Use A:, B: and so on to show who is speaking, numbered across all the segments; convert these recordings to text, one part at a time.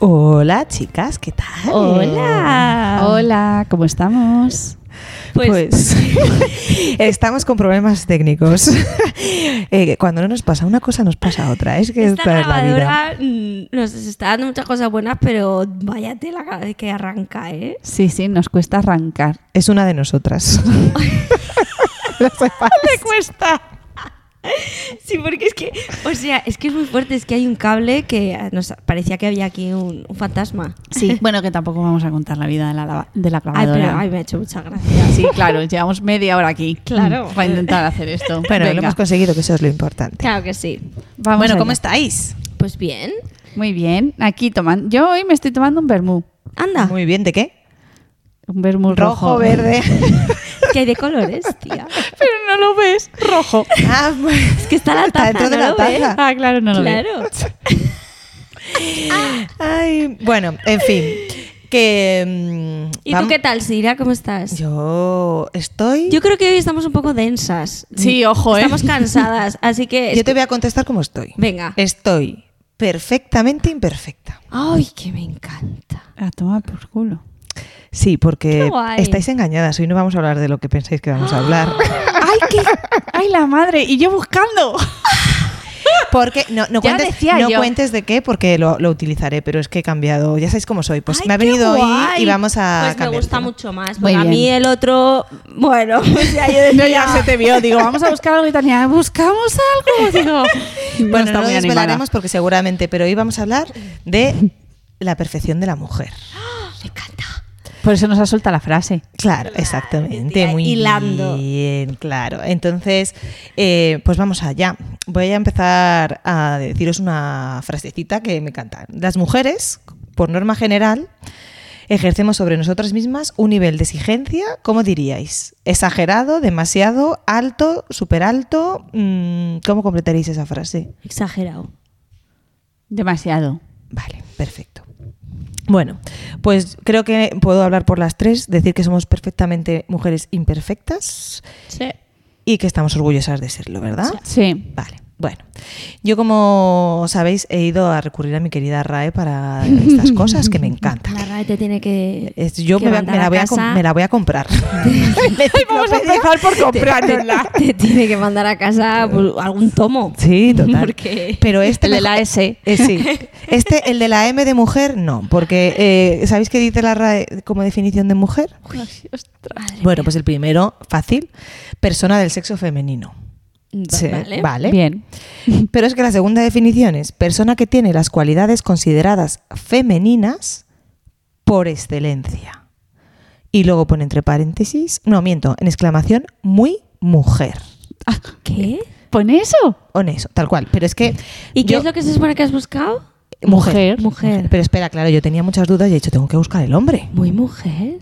A: Hola chicas, ¿qué tal?
B: Hola.
C: Hola, ¿cómo estamos?
A: Pues, estamos con problemas técnicos. Eh, cuando no nos pasa una cosa, nos pasa otra. Es que
B: Esta
A: esta es la vida.
B: grabadora mm, nos está dando muchas cosas buenas, pero vaya tela cada vez que arranca, ¿eh?
C: Sí, sí, nos cuesta arrancar.
A: Es una de nosotras. Lo sepas.
B: Me cuesta. Sí, porque es que, o sea, es que es muy fuerte, es que hay un cable que eh, nos parecía que había aquí un, un fantasma.
C: Sí, bueno, que tampoco vamos a contar la vida de la, lava- de la
B: Ay, pero
C: grabadora.
B: ay, me ha hecho mucha gracia.
C: Sí, claro, llevamos media hora aquí.
B: Claro.
C: Para intentar hacer esto.
A: Bueno,
C: Venga,
A: lo hemos conseguido, que eso es lo importante.
B: Claro que sí.
C: vamos
A: bueno,
C: allá.
A: ¿cómo estáis?
B: Pues bien.
C: Muy bien, aquí toman. Yo hoy me estoy tomando un vermú.
B: Anda,
A: Muy bien, ¿de qué?
C: Un vermú
A: Rojo,
C: rojo.
A: verde.
B: que hay de colores, tía.
C: Pero no lo ves, rojo.
A: Ah, pues-
B: Es que está la
A: Está
B: taza,
A: dentro de
B: ¿no
A: la
B: lo ves?
A: taza.
C: Ah, claro, no lo ves.
B: Claro.
A: Ay, bueno, en fin. Que, mm,
B: ¿Y tú
A: vam-
B: qué tal, Sira? ¿Cómo estás?
A: Yo estoy.
B: Yo creo que hoy estamos un poco densas.
C: Sí, ojo, ¿eh?
B: Estamos cansadas, así que...
A: Yo te voy a contestar cómo estoy.
B: Venga.
A: Estoy perfectamente imperfecta.
B: Ay, que me encanta.
C: A tomar por culo.
A: Sí,
B: Qué
A: porque
B: guay.
A: estáis engañadas. Hoy no vamos a hablar de lo que pensáis que vamos a hablar.
C: ¡Ay, qué! ¡Ay, la madre! Y yo buscando.
A: Porque no, no
C: Ya
A: cuentes,
C: decía
A: no
C: yo.
A: cuentes de qué, porque lo, lo utilizaré, pero es que he cambiado. Ya sabéis cómo soy. Pues
B: Ay,
A: me ha
B: qué
A: venido hoy
B: guay.
A: y vamos a.
B: Pues me
A: cambiar
B: gusta
A: el tema.
B: mucho más.
C: Muy
B: Porque a
C: bien.
B: mí el otro. Bueno, o sea, yo decía.
C: No, ya se te vio. Digo, vamos a buscar algo italiano. Buscamos algo. Digo, no
A: Bueno, no lo desvelaremos porque seguramente, pero hoy vamos a hablar de la perfección de la mujer.
B: "Ah, Me encanta.
C: Por eso nos ha soltado la frase.
A: Claro, exactamente,
B: estoy
A: muy
B: hilando.
A: bien, claro. Entonces, eh, pues vamos allá. Voy a empezar a deciros una frasecita que me encanta. Las mujeres, por norma general, ejercemos sobre nosotras mismas un nivel de exigencia, ¿cómo diríais? Exagerado, demasiado, alto, súper alto. ¿Cómo completaréis esa frase?
B: Exagerado.
C: Demasiado.
A: Vale, perfecto. Bueno, pues creo que puedo hablar por las tres, decir que somos perfectamente mujeres imperfectas
B: Sí.
A: y que estamos orgullosas de serlo, ¿verdad?
C: Sí.
A: Vale, bueno. Yo, como sabéis, he ido a recurrir a mi querida RAE para estas cosas que me encantan.
B: La RAE te tiene que.
A: Es- yo
B: que
A: me, voy a-
B: mandar
A: me la voy a, com-
B: casa.
A: me la voy a comprar. Vamos a empezar por comprárnosla.
B: Te tiene que mandar a casa pues, algún tomo.
A: Sí, total.
B: Porque-
A: Pero este
C: El de la
A: mejor-
C: S.
A: Eh, sí. Este, el de la M de mujer, no, porque eh, ¿sabéis qué dice la RAE como definición de mujer?
B: Madre
A: Bueno, pues el primero, fácil, persona del sexo femenino.
B: mía.
A: Sí,
B: Vale.
A: vale.
C: Bien.
A: Pero es que la segunda definición es persona que tiene las cualidades consideradas femeninas por excelencia. Y luego pone entre paréntesis, no miento, en exclamación, muy mujer.
B: ¿Qué?
C: ¿Pon eso?
A: O en eso, tal cual. Pero es que.
B: ¿Y qué
A: yo-
B: es lo que se supone que has buscado?
C: Mujer.
B: Mujer.
A: Pero espera, claro, yo tenía muchas dudas y he dicho, tengo que buscar el hombre.
B: Muy mujer.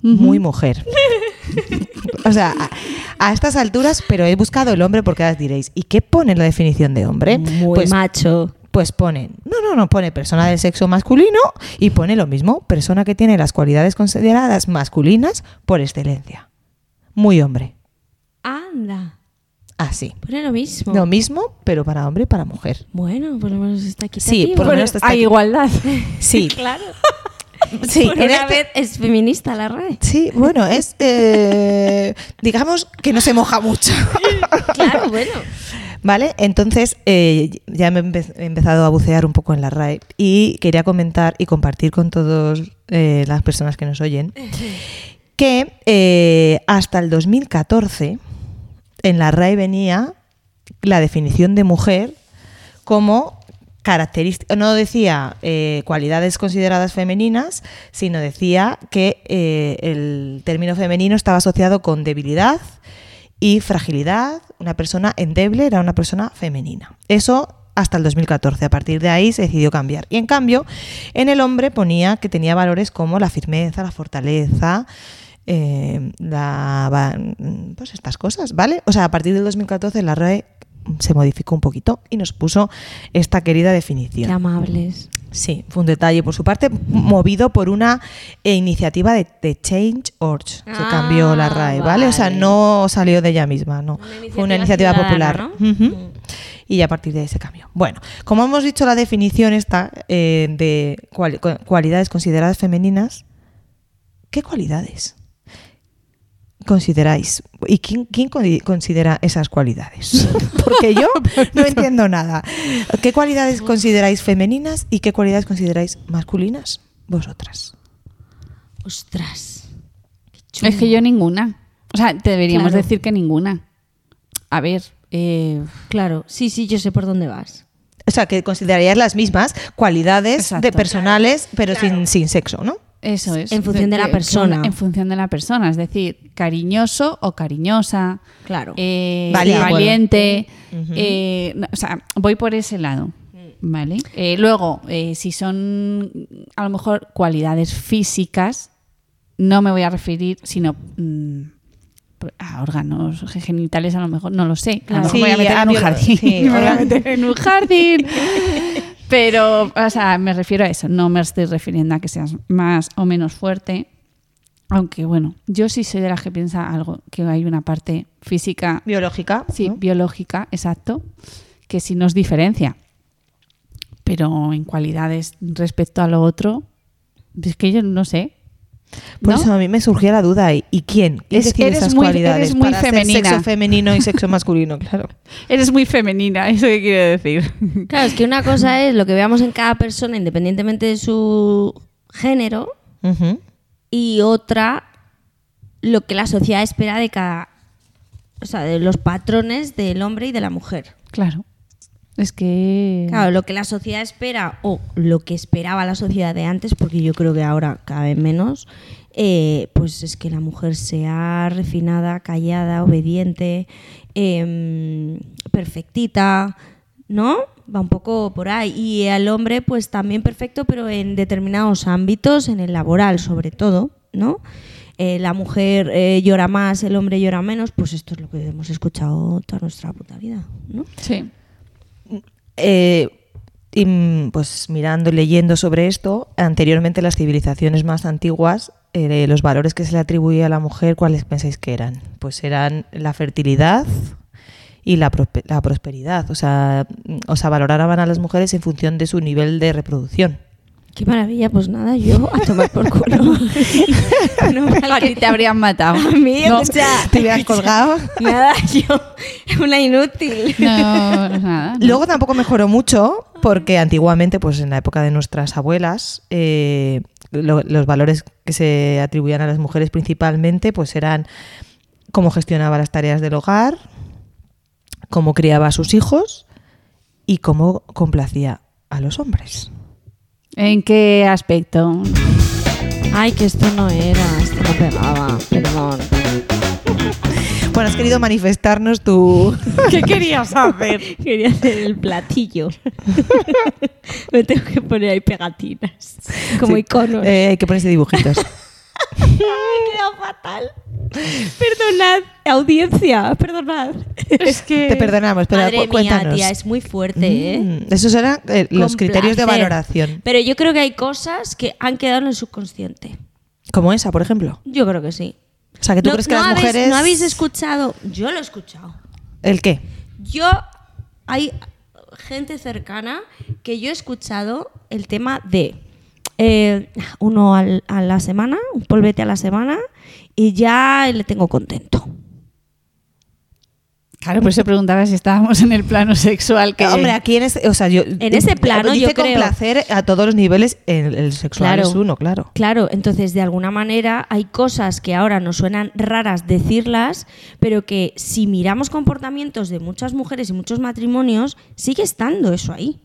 A: muy mujer. o sea, a, a estas alturas, pero he buscado el hombre porque ahora diréis, ¿y qué pone en la definición de hombre?
B: Muy
A: pues,
B: macho.
A: pues ponen, no, no, no, pone persona del sexo masculino y pone lo mismo, persona que tiene las cualidades consideradas masculinas por excelencia. Muy hombre.
B: Anda.
A: Así.
B: Pone lo mismo.
A: Lo mismo, pero para hombre y para mujer.
B: Bueno, por lo menos está aquí.
A: Sí, por lo menos está
C: Hay
A: aquí.
C: igualdad.
A: Sí,
B: Claro.
A: sí.
B: por
A: en
B: una
A: este-
B: vez es feminista la red.
A: Sí, bueno, es, eh, digamos que no se moja mucho.
B: Claro, bueno.
A: Vale, entonces eh, ya me he empe- he empezado a bucear un poco en la RAE y quería comentar y compartir con todas las personas que nos oyen que eh, hasta el 2014 en la RAE venía la definición de mujer como característica, no decía eh, cualidades consideradas femeninas, sino decía que eh, el término femenino estaba asociado con debilidad y fragilidad, una persona endeble era una persona femenina. Eso hasta el 2014, a partir de ahí se decidió cambiar. Y en cambio, en el hombre ponía que tenía valores como la firmeza, la fortaleza, eh, la, va- pues estas cosas, ¿vale? O sea, a partir del 2014 la RAE se modificó un poquito y nos puso esta querida
B: Qué
A: definición.
B: amables.
A: Sí, fue un detalle por su parte, movido por una eh, iniciativa de, de Change.org que
B: Ah,
A: cambió la RAE, ¿vale? O sea,
B: vale.
A: no salió de ella misma, no. fue una iniciativa popular.
B: ciudadana, ¿no?
A: Ujú.
B: Mm.
A: y ya a partir de ese cambio. Bueno, como hemos dicho, la definición está eh, de cual- cu- cualidades consideradas femeninas. ¿Qué cualidades consideráis? ¿Y quién, quién co- considera esas cualidades? Porque yo no entiendo nada. ¿Qué cualidades consideráis femeninas y qué cualidades consideráis masculinas vosotras?
B: Ostras. qué chulo.
C: Es que yo ninguna. O sea, te deberíamos
B: Claro.
C: decir que ninguna. A ver, eh,
B: Claro, sí, sí, yo sé por dónde vas.
A: O sea, que considerarías las mismas cualidades
C: Exacto.
A: de personales, pero sin, sin sexo, ¿no?
C: eso es.
B: En función de la
C: que- que
B: persona.
C: una- en función de la persona, es decir, cariñoso o cariñosa.
B: Claro.
C: eh,
A: Valiente.
C: valiente.
A: Ujú. Mm.
C: eh, no, o sea, voy por ese lado. ¿Vale? Eh, luego, eh, si son a lo mejor cualidades físicas, no me voy a referir, sino mm, a órganos genitales, a lo mejor, no lo sé. A lo
B: Claro.
C: mejor me voy a
A: Sí,
C: meter
A: a
C: en un
A: bio-
C: jardín.
A: sí,
C: Me voy a
A: órganos.
C: meter en un jardín. Pero, o sea, me refiero a eso. No me estoy refiriendo a que seas más o menos fuerte. Aunque, bueno, yo sí soy de las que piensa algo, que hay una parte física,
A: Biológica.
C: sí,
A: ¿no?
C: biológica, exacto, que sí nos diferencia. Pero en cualidades respecto a lo otro, es que yo no sé.
A: Por
C: ¿no?
A: eso a mí me surgía la duda. ¿Y, y quién?
C: Eres-
A: decide
C: eres
A: esas
C: muy-
A: cualidades
C: eres muy
A: para ser
C: femenina.
A: sexo femenino y sexo masculino, claro.
C: Eres muy femenina, eso que quiero decir.
B: Claro, es que una cosa es lo que veamos en cada persona, independientemente de su género,
A: Ujú.
B: y otra lo que la sociedad espera de cada o sea, de los patrones del hombre y de la mujer.
C: Claro. Es que.
B: Claro, lo que la sociedad espera o lo que esperaba la sociedad de antes, porque yo creo que ahora cada vez menos, eh, pues es que la mujer sea refinada, callada, obediente, em, perfectita, ¿no? Va un poco por ahí. Y al hombre, pues también perfecto, pero en determinados ámbitos, en el laboral sobre todo, ¿no? Eh, la mujer eh, llora más, el hombre llora menos, pues esto es lo que hemos escuchado toda nuestra puta vida, ¿no?
C: Sí.
A: Eh, y, mm, pues mirando y leyendo sobre esto, anteriormente las civilizaciones más antiguas, eh, los valores que se le atribuía a la mujer, ¿cuáles pensáis que eran? Pues eran la fertilidad y la, prospe- la prosperidad. O sea, mm, o sea, valoraban a las mujeres en función de su nivel de reproducción.
B: Qué maravilla, pues nada, yo a tomar por culo. no,
C: A ti te habrían matado.
B: A mí,
C: no,
B: escucha,
A: Te hubieras colgado.
B: nada, yo, una inútil.
C: no, nada. no.
A: Luego tampoco mejoró mucho porque antiguamente, pues en la época de nuestras abuelas, eh, lo- los valores que se atribuían a las mujeres principalmente, pues eran cómo gestionaba las tareas del hogar, cómo criaba a sus hijos y cómo complacía a los hombres.
C: ¿En qué aspecto?
B: Ay, que esto no era, esto no pegaba, perdón.
A: Bueno, has querido manifestarnos tu...
C: ¿Qué querías hacer?
B: Quería hacer el platillo. Me tengo que poner ahí pegatinas, como
A: Sí.
B: iconos.
A: Eh, hay que ponerse dibujitos.
B: Me queda fatal. Perdonad, audiencia, perdonad.
C: Es que.
A: Te perdonamos, pero
B: Madre
A: cu- cuéntanos.
B: mía, tía, es muy fuerte, ¿eh?
A: Mm, esos eran eh, los
B: Con
A: criterios de
B: placer.
A: valoración.
B: Pero yo creo que hay cosas que han quedado en el subconsciente.
A: Como esa, por ejemplo.
B: Yo creo que sí.
A: O sea, que tú crees que las
B: habéis,
A: mujeres...
B: no habéis escuchado? Yo lo he escuchado.
A: ¿El qué?
B: Yo, hay gente cercana que yo he escuchado el tema de eh, uno al- a la semana, un polvete a la semana, y ya le tengo contento.
C: Claro, por eso preguntaba si estábamos en el plano sexual. Que...
A: Hombre, aquí en ese, o sea, yo,
B: En ese plano,
A: dice
B: yo creo.
A: complacer a todos los niveles, el, el sexual
B: Claro.
A: es uno, claro.
B: Claro, entonces de alguna manera hay cosas que ahora nos suenan raras decirlas, pero que si miramos comportamientos de muchas mujeres y muchos matrimonios, sigue estando eso ahí.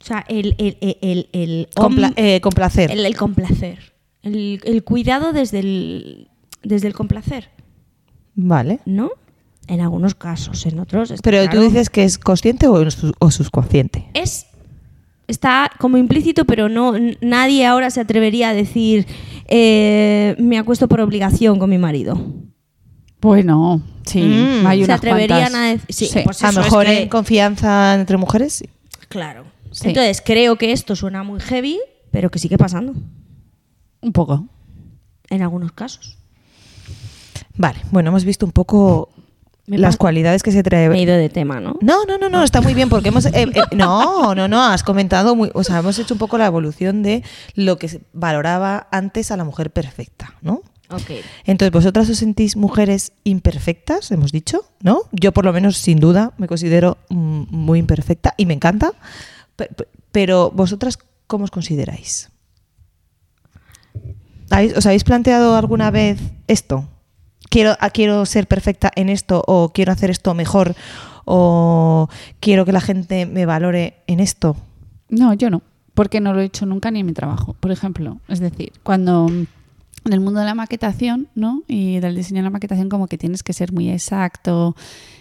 B: O sea, el, el, el, el, el
A: Compla-
B: hom-
A: eh, complacer.
B: el, el complacer. El, el cuidado desde el, desde el complacer,
A: vale.
B: ¿no? En algunos casos, en otros. está
A: Pero
B: claro.
A: tú dices que es consciente o, su- o subconsciente.
B: es está como implícito, pero no n- nadie ahora se atrevería a decir eh, me acuesto por obligación con mi marido.
C: Bueno, sí.
A: Mm.
C: Hay
B: Se
C: unas
B: atreverían
C: cuantas.
B: a decir- sí, pues
A: a
B: eso
A: lo
B: es
A: mejor
B: que-
A: en confianza entre mujeres, sí.
B: Claro.
C: Sí.
B: Entonces creo que esto suena muy heavy, pero que sigue pasando
C: Un poco.
B: en algunos casos.
A: Vale, bueno, hemos visto un poco
B: Me
A: las
B: pa-
A: cualidades que se trae.
B: Me he ido de tema, ¿no?
A: No, no, no, no, está muy bien porque hemos... eh, eh, no, no, no, has comentado muy... O sea, hemos hecho un poco la evolución de lo que se valoraba antes a la mujer perfecta, ¿no?
B: Ok.
A: Entonces, vosotras os sentís mujeres imperfectas, hemos dicho, ¿no? Yo por lo menos, sin duda, me considero mm, muy imperfecta y me encanta, pe- pe- pero vosotras, ¿cómo os consideráis? ¿Habéis- ¿Os habéis planteado alguna vez esto? Quiero, ah, quiero ser perfecta en esto o quiero hacer esto mejor o quiero que la gente me valore en esto.
C: No, yo no, porque no lo he hecho nunca ni en mi trabajo, por ejemplo. Es decir, cuando mm, en el mundo de la maquetación, ¿no? Y del diseño de la maquetación, como que tienes que ser muy exacto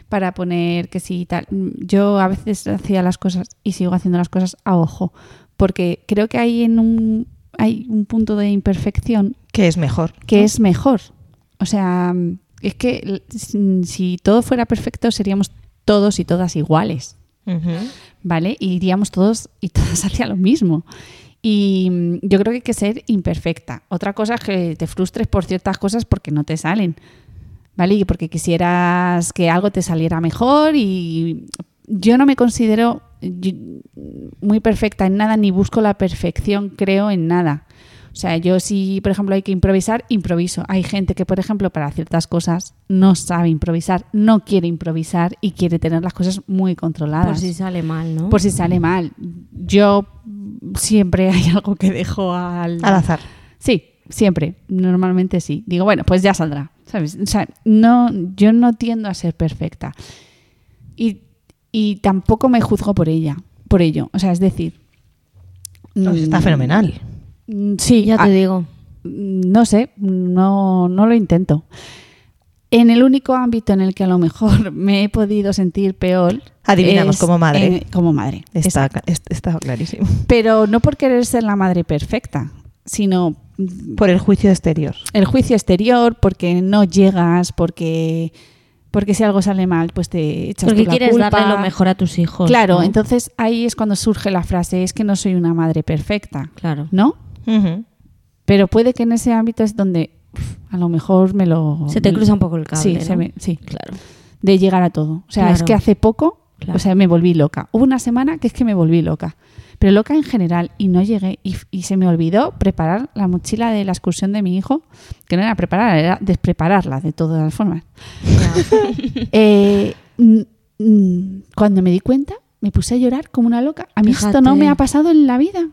C: para poner que sí y tal. Mm, Yo a veces hacía las cosas y sigo haciendo las cosas a ojo, porque creo que hay en un hay un punto de imperfección
A: ¿Qué es mejor?
C: que es mejor. O sea, mm, es que l- si si todo fuera perfecto seríamos todos y todas iguales.
A: Ujú.
C: ¿vale? Y iríamos todos y todas hacia lo mismo. Y mm, yo creo que hay que ser imperfecta. Otra cosa es que te frustres por ciertas cosas porque no te salen, ¿vale? Y porque quisieras que algo te saliera mejor y yo no me considero yo- muy perfecta en nada ni busco la perfección, creo, en nada. O sea, yo si, por ejemplo, hay que improvisar, improviso. Hay gente que, por ejemplo, para ciertas cosas no sabe improvisar, no quiere improvisar y quiere tener las cosas muy controladas
B: Por si sale mal, ¿no?
C: por si sale mal. Yo mm, siempre hay algo que dejo al...
A: Al azar.
C: Sí, siempre. Normalmente sí. Digo, bueno, pues ya saldrá. ¿sabes? O sea, no, yo no tiendo a ser perfecta. Y, y tampoco me juzgo por ella, por ello. O sea, es decir...
A: Pues está
C: mm,
A: fenomenal.
C: mm, Sí,
B: ya te
C: a-
B: digo.
C: no sé, no, no lo intento. En el único ámbito en el que a lo mejor me he podido sentir peor...
A: Adivinamos,
C: es
A: como madre.
C: en- como madre.
A: Está, est- está clarísimo.
C: Pero no por querer ser la madre perfecta, sino mm,
A: Por el juicio exterior.
C: el juicio exterior, porque no llegas, porque, porque si algo sale mal, pues te echas
B: Porque
C: tú la
B: quieres
C: culpa.
B: darle lo mejor a tus hijos.
C: Claro,
B: ¿no?
C: entonces ahí es cuando surge la frase, es que no soy una madre perfecta,
B: Claro.
C: ¿no?
A: Ujú.
C: Pero puede que en ese ámbito es donde uf, a lo mejor me lo...
B: Se te cruza un poco el cable.
C: Sí,
B: ¿no?
C: se me- sí,
B: Claro.
C: de llegar a todo. O sea, es
B: Claro.
C: que hace poco,
B: Claro.
C: o sea, me volví loca. Hubo una semana que es que me volví loca, pero loca en general y no llegué y, y se me olvidó preparar la mochila de la excursión de mi hijo, que no era preparar, era desprepararla de todas las formas. Eh, mm, mm, cuando me di cuenta, me puse a llorar como una loca. A mí esto
B: Fíjate.
C: no me ha pasado en la vida.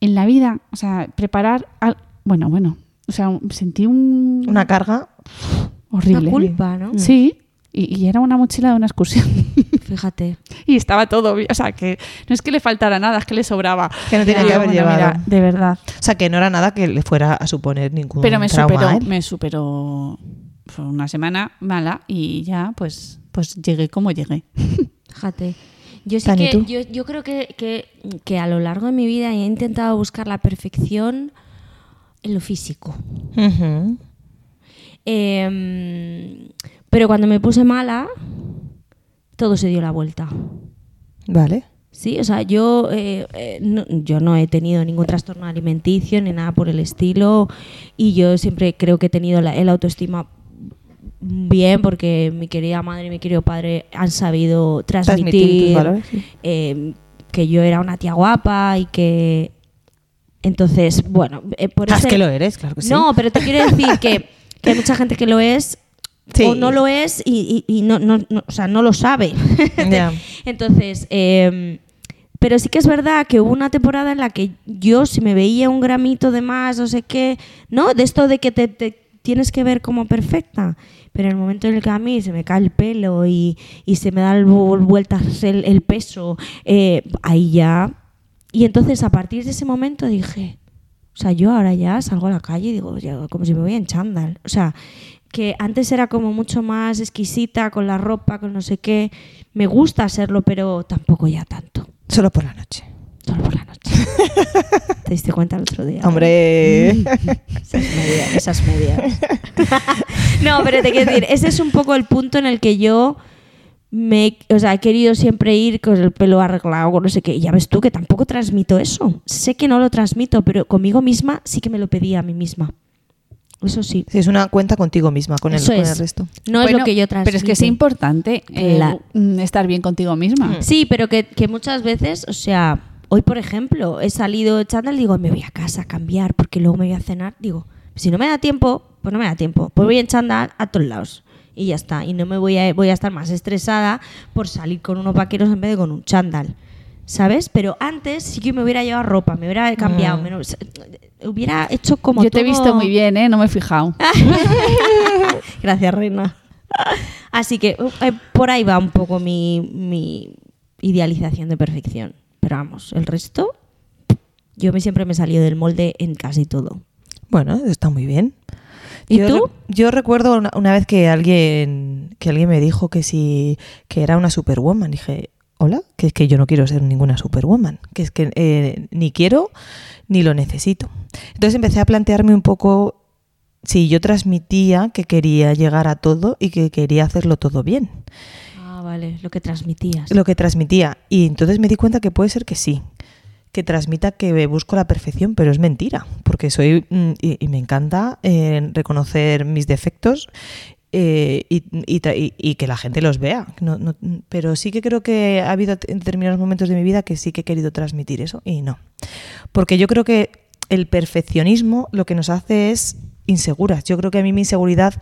C: En la vida, o sea, preparar al- bueno, bueno, o sea, sentí un
A: Una carga
C: horrible.
B: Una culpa, ¿no?
C: Sí, y, y era una mochila de una excursión.
B: Fíjate.
C: y estaba todo bien. O sea, que no es que le faltara nada, es que le sobraba.
A: que no tenía
C: Y
A: que
C: yo,
A: haber
C: bueno,
A: llevado.
C: mira, de verdad.
A: O sea, que no era nada que le fuera a suponer ningún
C: Pero me
A: trauma,
C: superó,
A: ¿eh?
C: me superó. Fue una semana mala y ya, pues, pues llegué como llegué.
B: Fíjate. Yo sí
A: Tani,
B: que
A: ¿tú?
B: yo, yo creo que, que, que a lo largo de mi vida he intentado buscar la perfección en lo físico.
A: Ujú.
B: Em, pero cuando me puse mala, todo se dio la vuelta.
A: Vale.
B: Sí, o sea, yo, eh, eh, no, yo no he tenido ningún trastorno alimenticio ni nada por el estilo y yo siempre creo que he tenido la, el autoestima bien porque mi querida madre y mi querido padre han sabido transmitir,
A: Transmitir tus valores, sí.
B: eh, que yo era una tía guapa y que... Entonces, bueno, eh, por
A: Ah, es
B: ese-
A: que lo eres, claro que sí.
B: No, pero te quiero decir que, que hay mucha gente que lo es
A: Sí.
B: o no lo es y, y- y no, no- no- o sea, no lo sabe.
A: Ya.
B: Entonces, eh, pero sí que es verdad que hubo una temporada en la que yo, si me veía un gramito de más, no sé qué, ¿no? De esto de que te, te tienes que ver como perfecta. Pero en el momento en el que a mí se me cae el pelo y, y se me da el vu- vueltas el, el peso, eh, ahí ya. Y entonces a partir de ese momento dije, o sea, yo ahora ya salgo a la calle y digo, ya, como si me voy en chándal. O sea, que antes era como mucho más exquisita con la ropa, con no sé qué. Me gusta hacerlo, pero tampoco ya tanto.
A: Solo por la noche.
B: Solo por la noche. ¿Te diste cuenta el otro día?
A: Hombre.
B: Esas medias. esas medias. no, pero te quiero decir, ese es un poco el punto en el que yo me, o sea, he querido siempre ir con el pelo arreglado, con no sé qué. Y ya ves tú que tampoco transmito eso. Sé que no lo transmito, pero conmigo misma sí que me lo pedí a mí misma. Eso sí.
A: Sí, es una cuenta contigo misma, con el,
B: Eso
A: con el
B: es.
A: resto.
B: No es
C: Bueno,
B: lo que yo transmito.
C: Pero es que es importante eh,
B: La-
C: mm, estar bien contigo misma.
B: Sí, pero que, que muchas veces, o sea, hoy por ejemplo, he salido de chándal y digo, me voy a casa a cambiar porque luego me voy a cenar. Digo, si no me da tiempo, pues no me da tiempo. Pues voy en chándal a todos lados y ya está. Y no me voy a, voy a estar más estresada por salir con unos vaqueros en vez de con un chándal. ¿Sabes? Pero antes sí que me hubiera llevado ropa, me hubiera cambiado,
A: Mm.
B: me hubiera- hubiera hecho como
C: Yo te he
B: todo-
C: visto muy bien, ¿eh? No me he fijado.
B: Gracias, Reina. Así que eh, por ahí va un poco mi, mi idealización de perfección. Pero vamos, el resto, yo me siempre me he salido del molde en casi todo.
A: Bueno, está muy bien.
B: ¿Y
A: yo
B: tú?
A: re- yo recuerdo una, una vez que alguien, que alguien me dijo que si que era una superwoman. Dije, hola, que es que yo no quiero ser ninguna superwoman, que es que eh, ni quiero ni lo necesito. Entonces empecé a plantearme un poco si yo transmitía que quería llegar a todo y que quería hacerlo todo bien
B: Ah, vale, lo que transmitías.
A: lo que transmitía. Y entonces me di cuenta que puede ser que sí, que transmita que busco la perfección, pero es mentira, porque soy mm, y, y me encanta eh, reconocer mis defectos. eh, y, y tra- y- y que la gente los vea. No- no- pero sí que creo que ha habido en determinados momentos de mi vida que sí que he querido transmitir eso y no. Porque yo creo que el perfeccionismo lo que nos hace es inseguras. Yo creo que a mí mi inseguridad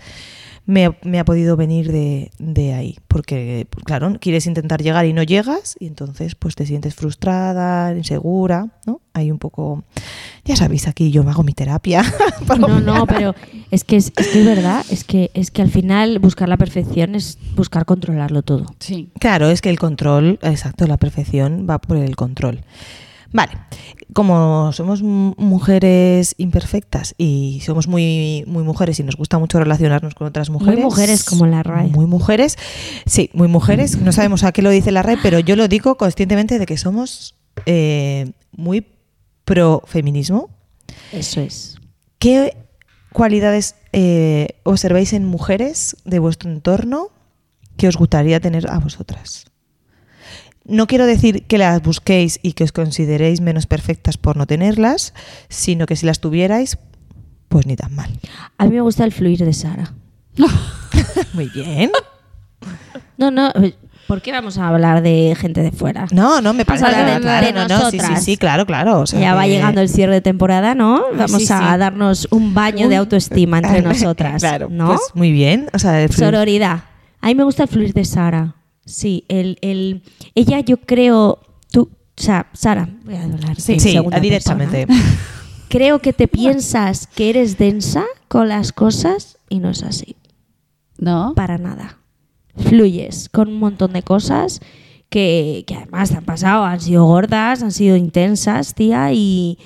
A: me, ha- me ha podido venir de, de ahí. Porque, claro, quieres intentar llegar y no llegas, y entonces pues te sientes frustrada, insegura, ¿no? Hay un poco. Ya sabéis, aquí yo me hago mi terapia.
B: No, no, pero es que es, es que es verdad, es que, es que al final buscar la perfección es buscar controlarlo todo.
C: Sí.
A: Claro, es que el control, exacto, la perfección va por el control. Vale, como somos m- mujeres imperfectas y somos muy, muy mujeres y nos gusta mucho relacionarnos con otras mujeres.
B: mujeres como la RAE.
A: Muy mujeres, sí, muy mujeres. No sabemos a qué lo dice la RAE, pero yo lo digo conscientemente de que somos eh, muy pro feminismo.
B: Eso es.
A: ¿Qué cualidades eh, observáis en mujeres de vuestro entorno que os gustaría tener a vosotras? No quiero decir que las busquéis y que os consideréis menos perfectas por no tenerlas, sino que si las tuvierais, pues ni tan mal.
B: A mí me gusta el fluir de Sara.
A: Muy bien.
B: No, no, eh, ¿por qué vamos a hablar de gente de fuera?
A: No, no, me parece
B: Vamos a
A: nada,
B: hablar
A: claro, no,
B: de
A: no, sí, sí,
B: nosotras.
A: sí, claro, claro. o sea
B: ya va
A: que-
B: llegando el cierre de temporada, ¿no? Vamos
C: sí,
B: a
C: sí.
B: darnos un baño de autoestima entre
A: Claro,
B: nosotras,
A: claro,
B: ¿no?
A: pues muy bien, o sea, el fluir-
B: Sororidad. A mí me gusta el fluir de Sara. Sí, el, el- ella yo creo, tú, o sea, Sara, voy a hablar.
A: sí,
B: en
A: sí,
B: segunda
A: directamente.
B: persona. Creo que te piensas que eres densa con las cosas y no es así,
C: ¿No?
B: para nada. Fluyes con un montón de cosas que, que además te han pasado, han sido gordas, han sido intensas, tía, y,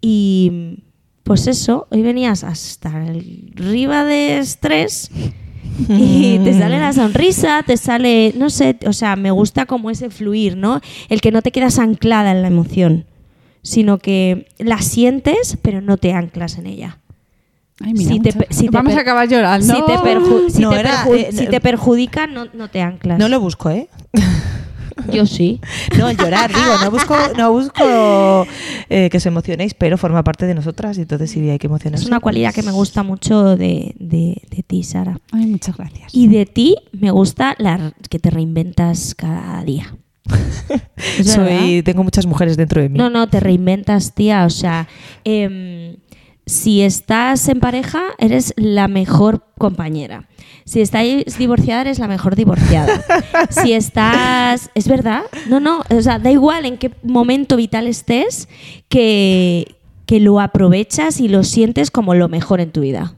B: y, pues eso, hoy venías hasta el- arriba de estrés y te sale la sonrisa, te sale, no sé, o sea, me gusta como ese fluir, ¿no? El que no te quedas anclada en la emoción, sino que la sientes, pero no te anclas en ella.
C: Ay, mira,
B: Si te
C: muchas-
B: pe- si te
C: Vamos
B: pe-
C: a acabar llorando.
B: Si te, perju- si
A: No,
B: te
A: era,
B: perju-
A: eh,
B: si
A: no-
B: te perjudica, no, no te anclas.
A: No lo busco, ¿eh?
B: Yo sí.
A: No, el llorar, digo, no busco, no busco eh, que os emocionéis, pero forma parte de nosotras y entonces sí hay que emocionarse.
B: Es una cualidad que me gusta mucho de, de- de ti, Sara.
C: Ay, muchas gracias.
B: Y de ti me gusta la que te reinventas cada día. ¿Es
A: Soy,
B: verdad?
A: tengo muchas mujeres dentro de mí.
B: No, no, te reinventas, tía. O sea, em, si estás en pareja, eres la mejor compañera. Si estás divorciada, eres la mejor divorciada. Si estás... Es verdad. No, no. O sea, da igual en qué momento vital estés que, que lo aprovechas y lo sientes como lo mejor en tu vida.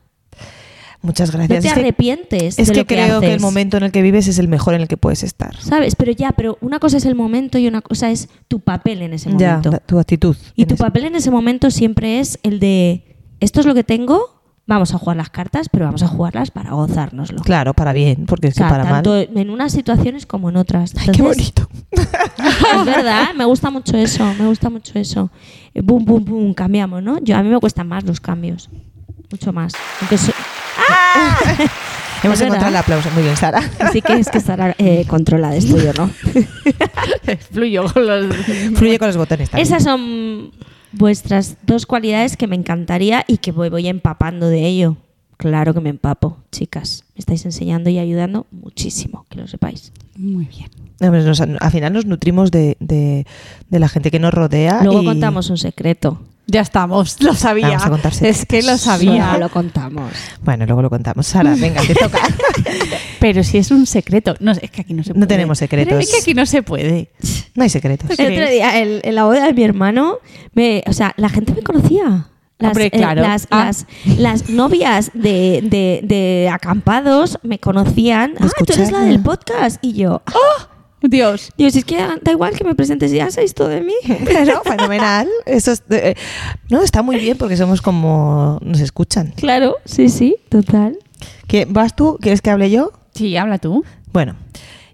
A: Muchas
B: No
A: gracias.
B: te
A: Es que-
B: arrepientes
A: Es
B: de
A: que
B: lo que
A: creo que el
B: haces.
A: momento en el que vives es el mejor en el que puedes estar.
B: ¿Sabes? Pero ya, pero una cosa es el momento y una cosa es tu papel en ese
A: Ya,
B: momento.
A: la- tu actitud.
B: Y
A: en
B: tu
A: ese-
B: papel en ese momento siempre es el de, esto es lo que tengo, vamos a jugar las cartas, pero vamos a jugarlas para gozárnoslo.
A: Claro, para bien, porque es
B: O sea,
A: que para mal.
B: tanto en unas situaciones como en otras.
A: Ay, qué
B: Entonces,
A: bonito.
B: Es verdad, me gusta mucho eso, me gusta mucho eso. Eh, Boom, boom, boom, cambiamos, ¿no? Yo, a mí me cuestan más los cambios, mucho más. Aunque so-
A: Hemos
B: verdad.
A: encontrado el aplauso. Muy bien, Sara.
B: Así que es que estará eh, controlada, esto yo, ¿no?
C: Fluyo con los...
A: Fluye con los botones también.
B: Esas son vuestras dos cualidades que me encantaría y que voy, voy empapando de ello. Claro que me empapo, chicas. Me estáis enseñando y ayudando muchísimo, que lo sepáis.
C: Muy bien.
A: Hombre, nos- al final nos nutrimos de, de- de la gente que nos rodea.
B: Luego
A: Ah, y-
B: contamos un secreto.
C: Ya estamos, lo sabía.
A: Vamos a contar
C: es que lo
A: secretos.
C: sabía.
B: Luego lo contamos.
A: Bueno, luego lo contamos. Sara, venga, te toca.
C: Pero si es un secreto. No, es que aquí no se
A: No
C: puede.
A: tenemos secretos.
C: Pero es que aquí no se puede.
A: No hay secretos.
B: El otro
C: crees?
B: día, el- en la boda de mi hermano, me, o sea, la gente me conocía. Las,
C: Hombre,
B: eh,
C: claro.
B: las,
C: Ah.
B: las- las novias de, de- de acampados me conocían. Ah, tú eres la
A: Escuchadla.
B: del podcast. Y yo, ah,
C: Dios.
B: Digo, si es que da igual que me presentes, ya sabéis todo de mí.
A: Pero fenomenal. Eso es de- eh, no, está muy bien porque somos como nos escuchan.
B: Claro, sí, sí, total.
A: ¿Qué, ¿Vas tú? ¿Quieres que hable yo?
C: Sí, habla tú.
A: Bueno,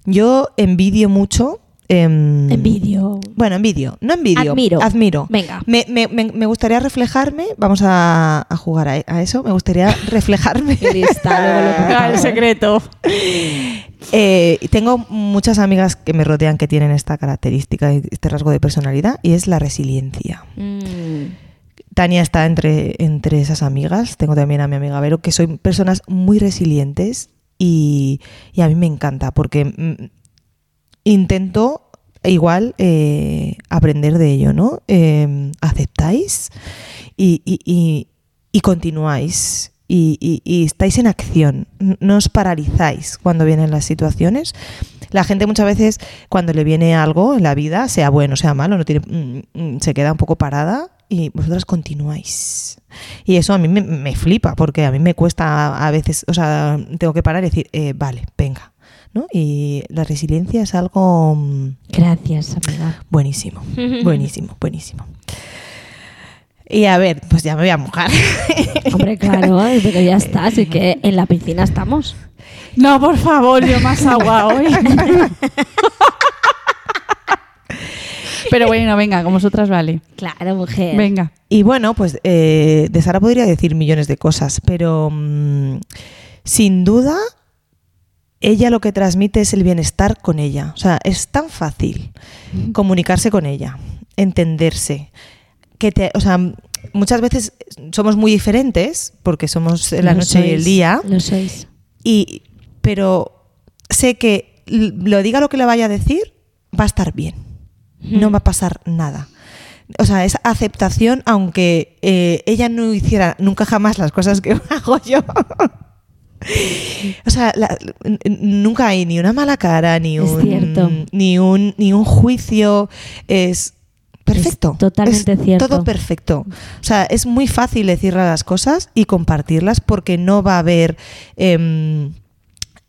A: yo envidio mucho. em,
B: Envidio.
A: Bueno, envidio. No envidio.
B: Admiro.
A: Admiro.
B: Venga.
A: Me, me- me- me gustaría reflejarme. Vamos a, a jugar a, a eso. Me gustaría reflejarme.
B: Lista,
C: Ah, el secreto.
A: Eh, tengo muchas amigas que me rodean que tienen esta característica, este rasgo de personalidad, y es la resiliencia.
B: Mm.
A: Tania está entre, entre esas amigas. Tengo también a mi amiga Vero, que son personas muy resilientes y, y a mí me encanta porque mm, intento igual eh, aprender de ello, ¿no? Eh, aceptáis y, y- y- y continuáis y, y- y estáis en acción, N- no os paralizáis cuando vienen las situaciones. La gente muchas veces cuando le viene algo en la vida, sea bueno, sea malo, no tiene, mm, mm, se queda un poco parada y vosotras continuáis. Y eso a mí me, me flipa porque a mí me cuesta a veces, o sea, tengo que parar y decir, eh, vale, venga. ¿no? Y la resiliencia es algo mm,
B: Gracias, amiga.
A: buenísimo, buenísimo, buenísimo. Y a ver, pues ya me voy a mojar.
B: Hombre, claro, pero ya está, así que en la piscina estamos.
C: No, por favor, yo más agua hoy. Pero bueno, venga, con vosotras vale.
B: Claro, mujer.
C: Venga.
A: Y bueno, pues eh, de Sara podría decir millones de cosas, pero mm, sin duda ella lo que transmite es el bienestar con ella. O sea, es tan fácil comunicarse con ella, entenderse. Que te, o sea, muchas veces somos muy diferentes porque somos la
B: Lo
A: noche y el
B: sois,
A: día.
B: Lo sois.
A: Y, pero sé que l- lo diga lo que le vaya a decir, va a estar bien. No va a pasar nada. O sea, esa aceptación, aunque eh, ella no hiciera nunca jamás las cosas que hago yo. O sea, la- n- n- nunca hay ni una mala cara, ni
B: Es
A: un,
B: cierto.
A: ni un, ni un juicio. Es perfecto.
B: Es totalmente cierto.
A: Todo perfecto. O sea, es muy fácil decirle las cosas y compartirlas porque no va a haber em,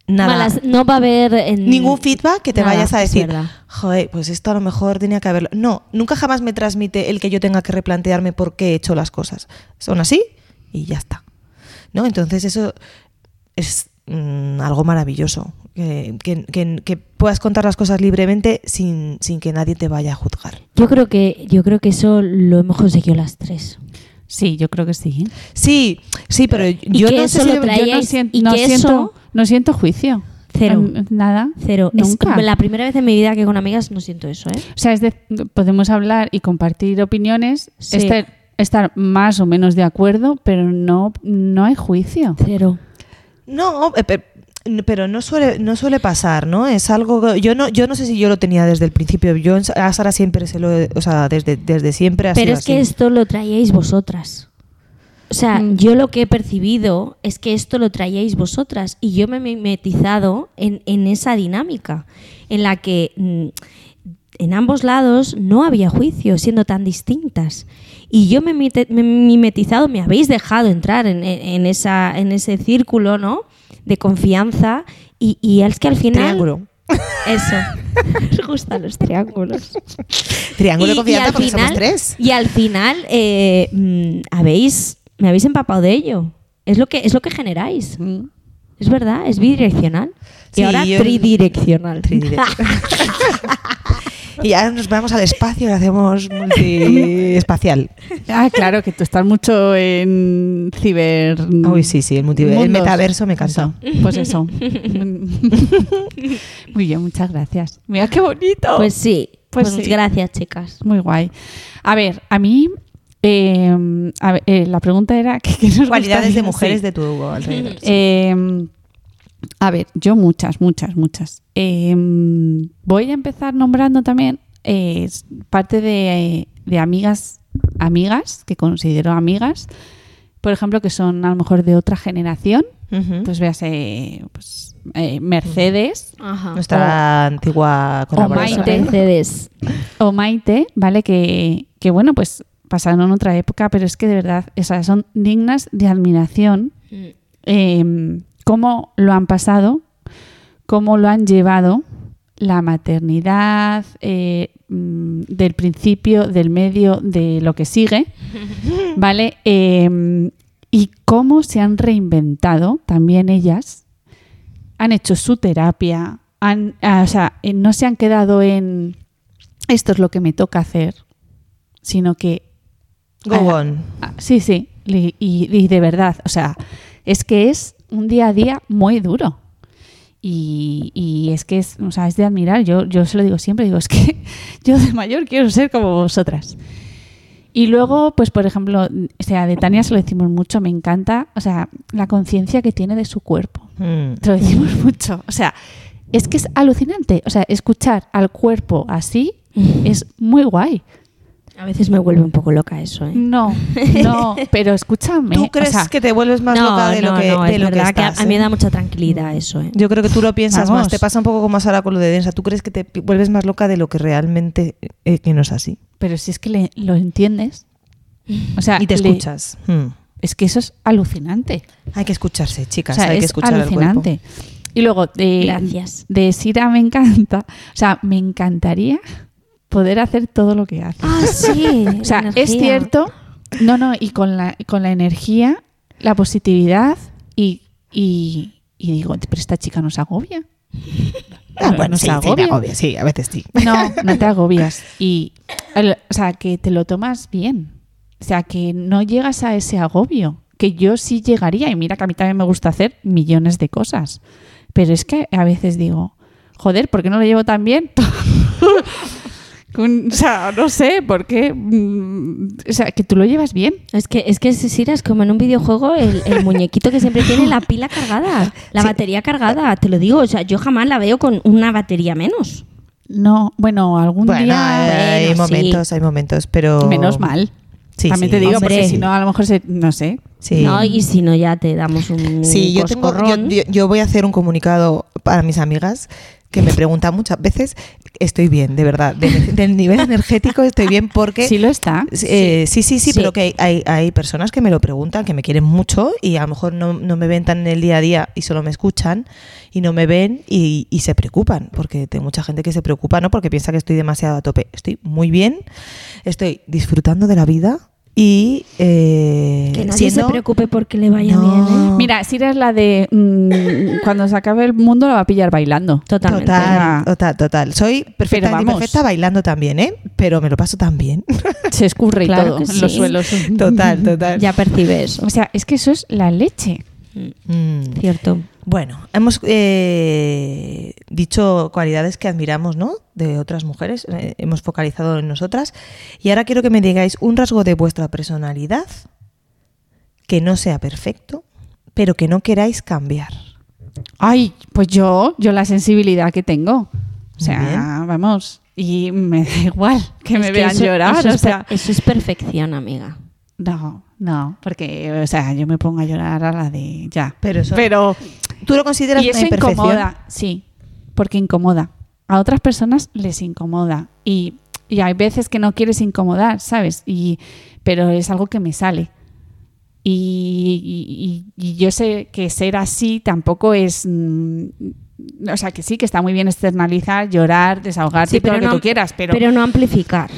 A: nada.
B: Malas- no va a haber en-
A: Ningún feedback que te
B: Mm, Nada,
A: vayas a
B: es
A: decir,
B: verdad.
A: joder, pues esto a lo mejor tenía que haberlo. No, nunca jamás me transmite el que yo tenga que replantearme por qué he hecho las cosas. Son así y ya está. ¿No? Entonces eso es mm, algo maravilloso. Que, que- que- que puedas contar las cosas libremente sin, sin que nadie te vaya a juzgar.
B: Yo creo que yo creo que eso lo hemos conseguido las tres.
C: Sí, yo creo que sí. ¿eh?
A: Sí, sí, pero yo
B: que
A: no
B: eso
A: sé si
B: lo
A: yo-
B: trae-
C: Yo no
B: Traíais,
C: siento,
B: y
C: no
B: que
C: siento,
B: eso-
C: no siento juicio.
B: Cero.
C: Am- Nada.
B: Cero.
C: Nunca.
B: Es la primera vez en mi vida que con amigas no siento eso, ¿eh?
C: O sea, es de- podemos hablar y compartir opiniones,
B: Sí.
C: estar, estar más o menos de acuerdo, pero no, no hay juicio.
B: Cero.
A: No, eh, pe- pero no suele, no suele pasar, ¿no? Es algo que- yo no, yo no sé si yo lo tenía desde el principio. Yo en- a Sara siempre se lo, he- o sea, desde, desde siempre ha
B: Pero
A: sido
B: es que
A: así.
B: esto lo traíais vosotras. O sea,
C: Mm.
B: yo lo que he percibido es que esto lo traíais vosotras y yo me he mimetizado en, en esa dinámica en la que mm, en ambos lados no había juicio, siendo tan distintas. Y yo me he mite- me he mimetizado, me habéis dejado entrar en, en- en esa, en ese círculo, ¿no? De confianza y, y es que al final...
A: triángulo.
B: Eso. Nos gustan los triángulos.
A: Triángulo de
B: Y-
A: confianza
B: y al
A: porque
B: final-
A: somos tres.
B: Y al final eh, mm, habéis, me habéis empapado de ello. Es lo que, es lo que generáis. Es verdad, es bidireccional.
A: Sí,
B: y ahora
A: yo-
B: tridireccional.
A: Tridireccional. Y ahora nos vamos al espacio y hacemos multiespacial.
C: Ah, claro, que tú estás mucho en ciber.
A: Uy, sí, sí, el, multiverso, el
C: mundos.
A: metaverso me cansa.
C: Eso, Pues eso. Muy bien, muchas gracias. Mira qué bonito.
B: pues sí.
C: Pues
B: Pues,
C: sí.
B: gracias, chicas.
C: Muy guay. A ver, a mí Eh, a ver, eh, la pregunta era que, que nos
A: Cualidades
C: gustaría?
A: de mujeres
C: Sí.
A: de tu alrededor.
C: Eh, a ver, yo muchas, muchas, muchas. Eh, voy a empezar nombrando también eh, parte de, de amigas, amigas, que considero amigas, por ejemplo, que son a lo mejor de otra generación,
A: Ujú.
C: pues véase pues, eh, Mercedes
B: Ajá.
A: Nuestra antigua colaboradora.
C: Maite.
B: Mercedes.
C: o Maite, ¿vale? Que, que bueno, pues pasaron otra época, pero es que de verdad, esas son dignas de admiración eh, cómo lo han pasado, cómo lo han llevado la maternidad eh, mm, del principio, del medio, de lo que sigue, ¿vale? Eh, y cómo se han reinventado también ellas, han hecho su terapia, han, ah, o sea, eh, no se han quedado en esto es lo que me toca hacer, sino que
A: Go
C: Ah,
A: on.
C: Ah, Sí, sí, y, y- y de verdad, o sea, es que es un día a día muy duro. Y, y es que es, o sea, es de admirar, yo, yo se lo digo siempre, digo, es que yo de mayor quiero ser como vosotras. Y luego, pues por ejemplo, o sea, de Tania se lo decimos mucho, me encanta, o sea, la conciencia que tiene de su cuerpo.
A: Mm.
C: Te lo decimos mucho, o sea, es que es alucinante, o sea, escuchar al cuerpo así
A: Mm.
C: es muy guay.
B: A veces me vuelve un poco loca eso, ¿eh?
C: No, no, pero escúchame.
A: ¿Tú
C: o
A: crees
C: sea,
A: que te vuelves más loca de lo que,
B: no,
A: de
B: es
A: lo que
B: verdad que,
A: estás,
B: a mí
A: eh?
B: me da mucha tranquilidad eso, ¿eh?
A: Yo creo que tú lo piensas
C: Vamos.
A: más. Te pasa un poco como a Sara con lo de densa. Tú crees que te pi- vuelves más loca de lo que realmente eh, que no es así.
C: Pero si es que le- lo entiendes. O sea,
A: y te
C: le-
A: escuchas. Mm.
C: es que eso es alucinante.
A: Hay que escucharse,
C: O
A: chicas.
C: sea,
A: hay
C: es
A: que escuchar al cuerpo.
C: alucinante. Y luego, de,
B: Gracias.
C: de Sira me encanta. O sea, me encantaría poder hacer todo lo que hace.
B: Ah, sí.
C: o sea, es cierto. No, no, y con la, con la energía, la positividad y, y, y digo, pero esta chica nos agobia.
A: Ah, bueno,
C: Nos
A: sí, sí, me
C: agobia.
A: agobia, sí, a veces sí.
C: No, no te agobias. Y, el- o sea, que te lo tomas bien. O sea, que no llegas a ese agobio. Que yo sí llegaría. Y mira que a mí también me gusta hacer millones de cosas. Pero es que a veces digo, joder, ¿por qué no lo llevo tan bien? Con- o sea, no sé, ¿por qué? Mm, O sea, que tú lo llevas bien.
B: Es que, es que Sisira es como en un videojuego el, el muñequito que siempre tiene la pila cargada, la
A: Sí.
B: batería cargada, te lo digo. O sea, yo jamás la veo con una batería menos.
C: No, bueno, algún
A: Bueno, eh,
C: día...
A: hay
B: bueno, sí.
A: momentos, hay momentos, pero.
C: Menos mal.
A: Sí,
C: también
A: sí.
C: te digo, porque
B: Hombre.
C: si no, a lo mejor se... No sé.
A: Sí.
B: No, y si no, ya te damos un.
A: Sí, yo, tengo, yo,
B: coscorrón.
A: yo- yo voy a hacer un comunicado para mis amigas que me preguntan muchas veces, estoy bien, de verdad, de- del nivel energético estoy bien porque...
C: Sí lo está.
A: Eh, sí, sí, sí,
B: Sí.
A: pero que hay, hay- hay personas que me lo preguntan, que me quieren mucho y a lo mejor no, no me ven tan en el día a día y solo me escuchan y no me ven y, y se preocupan, porque tengo mucha gente que se preocupa, ¿no? Porque piensa que estoy demasiado a tope. Estoy muy bien, estoy disfrutando de la vida y... eh,
B: Que nadie
A: siendo-
B: se preocupe porque le vaya
A: No.
B: bien, ¿eh?
C: Mira, Sira es la de mm, cuando se acabe el mundo la va a pillar bailando.
B: Totalmente.
A: Total,
C: Ah.
A: total, total. Soy perfecta,
C: vamos.
A: imperfecta bailando también, ¿eh? Pero me lo paso tan bien.
C: Se escurre y
B: Claro
C: todo
B: que
C: en
B: sí.
C: los suelos.
A: Total, total.
B: Ya percibes.
C: O sea, es que eso es la leche.
A: Mm.
B: Cierto.
A: Bueno, hemos eh, dicho cualidades que admiramos, ¿no? De otras mujeres, eh, hemos focalizado en nosotras. Y ahora quiero que me digáis un rasgo de vuestra personalidad que no sea perfecto, pero que no queráis cambiar.
C: Ay, pues yo, yo la sensibilidad que tengo. O
A: Muy
C: sea,
A: bien.
C: vamos. Y me da igual que me
B: Es
C: vean
B: eso-
C: llorar.
B: Eso,
C: o
B: es per-
C: sea,
B: eso es perfección, amiga.
C: no, no, porque, o sea, yo me pongo a llorar a la de ya.
A: Pero eso-
C: Pero
A: ¿Tú lo consideras
C: y
A: una
C: eso
A: imperfección?
C: incomoda, sí, porque incomoda. A otras personas les incomoda y, y hay veces que no quieres incomodar, ¿sabes? Y, pero es algo que me sale. Y, y- y- y yo sé que ser así tampoco es... mm, o sea, que sí, que está muy bien externalizar, llorar, desahogarte,
B: Sí,
C: todo lo que
B: no-
C: tú quieras, pero...
B: pero no amplificar.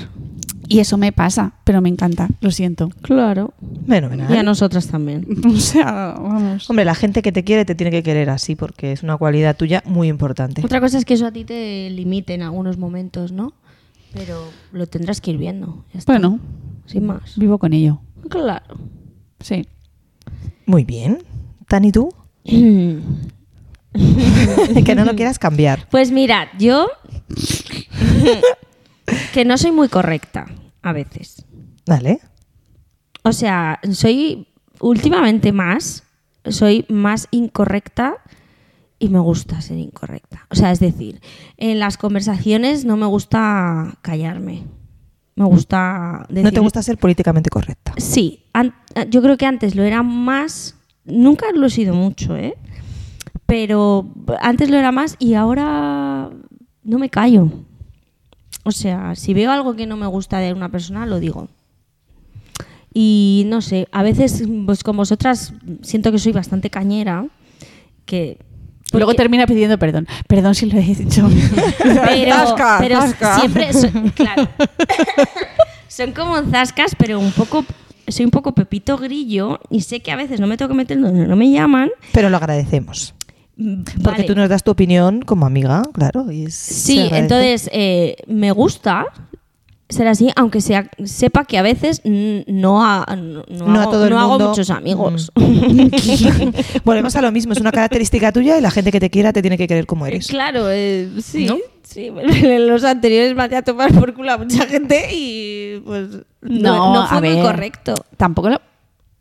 C: Y eso me pasa, pero me encanta, lo siento.
B: Claro.
A: Fenomenal.
B: Y a nosotras también.
C: O sea, vamos.
A: Hombre, la gente que te quiere te tiene que querer así porque es una cualidad tuya muy importante.
B: Otra cosa es que eso a ti te limite en algunos momentos, ¿no? Pero lo tendrás que ir viendo. ya está.
C: Bueno,
B: Sin más.
C: vivo con ello,
B: Claro.
C: sí.
A: Muy bien. Tani, tú, que no lo quieras cambiar.
B: Pues mirad, yo que no soy muy correcta a veces.
A: Vale.
B: O sea, soy últimamente más, soy más incorrecta y me gusta ser incorrecta. O sea, es decir, en las conversaciones no me gusta callarme. Me gusta decir...
A: No te gusta ser políticamente correcta.
B: Sí, an- eh, yo creo que antes lo era más, nunca lo he sido mucho, ¿eh? Pero antes lo era más y ahora no me callo. O sea, si veo algo que no me gusta de una persona, lo digo. Y no sé, a veces pues con vosotras siento que soy bastante cañera, que porque-
C: Luego termina pidiendo perdón. Perdón si lo he dicho.
B: pero,
A: Zasca,
B: pero
A: zasca.
B: siempre son, claro. son como zascas, pero un poco soy un poco pepito grillo y sé que a veces no me tengo que meter donde no me llaman.
A: Pero lo agradecemos.
B: Mm,
A: Porque
B: vale.
A: tú nos das tu opinión como amiga, claro. y es- se
B: Sí,
A: agradece.
B: entonces eh, me gusta ser así, aunque sea, sepa que a veces mm, no, ha- no,
A: No a
B: hago,
A: todo el
B: no hago
A: mundo. Mm.
B: muchos amigos.
A: Volvemos a lo mismo, es una característica tuya y la gente que te quiera te tiene que querer como eres.
B: Claro, eh, sí, sí. En los anteriores mandé a tomar por culo a mucha gente y pues no, no fue
C: a
B: muy
C: ver,
B: correcto.
C: Tampoco lo-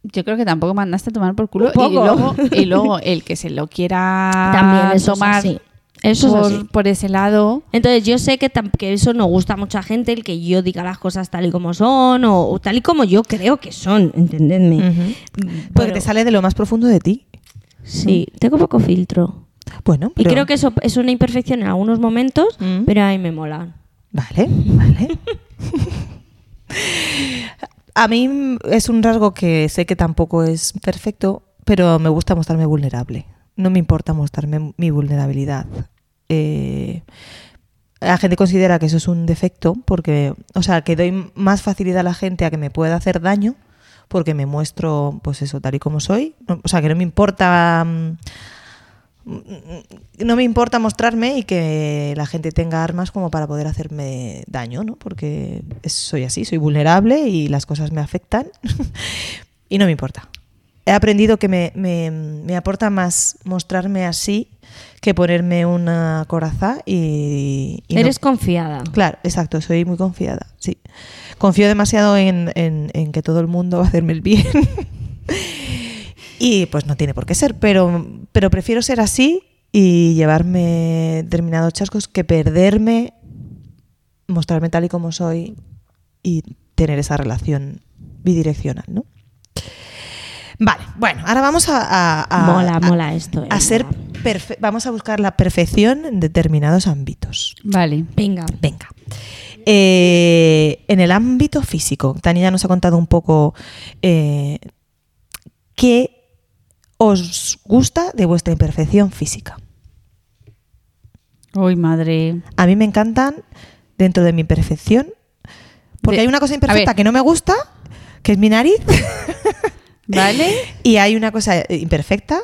C: Yo creo que tampoco mandaste a tomar por culo.
B: Un
C: Y
B: poco.
C: luego, y luego el que se lo quiera
B: También eso es
C: tomar
B: así. Eso es
C: por,
B: así.
C: por ese lado.
B: Entonces yo sé que, tam- que eso no gusta a mucha gente, el que yo diga las cosas tal y como son o, o tal y como yo creo que son, entendedme.
A: Mm. Porque te sale de lo más profundo de ti.
B: Sí, tengo poco filtro.
A: Bueno,
B: Y
A: pero-
B: creo que eso es una imperfección en algunos momentos,
A: Mm.
B: pero a mí me molan.
A: Vale, vale. A mí es un rasgo que sé que tampoco es perfecto, pero me gusta mostrarme vulnerable. No me importa mostrarme mi vulnerabilidad. Eh, la gente considera que eso es un defecto porque, o sea, que doy más facilidad a la gente a que me pueda hacer daño porque me muestro, pues eso, tal y como soy. No- O sea, que no me importa... mm, no me importa mostrarme y que la gente tenga armas como para poder hacerme daño, ¿no? Porque es- soy así, soy vulnerable y las cosas me afectan y no me importa. He aprendido que me, me- me aporta más mostrarme así que ponerme una coraza y... y no-
B: Eres confiada.
A: Claro, exacto, soy muy confiada, sí. Confío demasiado en, en- en que todo el mundo va a hacerme el bien. y pues no tiene por qué ser, pero, pero prefiero ser así y llevarme determinados chascos que perderme, mostrarme tal y como soy y tener esa relación bidireccional, ¿no? Vale, bueno, ahora vamos a... a- a-
B: mola,
A: a-
B: mola esto. eh,
A: a ser
B: mola.
A: perfe- vamos a buscar la perfección en determinados ámbitos.
C: Vale.
B: Venga.
A: Venga. Eh, en el ámbito físico, Tania ya nos ha contado un poco eh, qué os gusta de vuestra imperfección física.
C: Uy, madre.
A: A mí me encantan dentro de mi imperfección, porque
C: De-
A: hay una cosa
C: a
A: imperfecta
C: ver.
A: que no me gusta, que es mi nariz,
C: ¿Vale?
A: y hay una cosa eh, imperfecta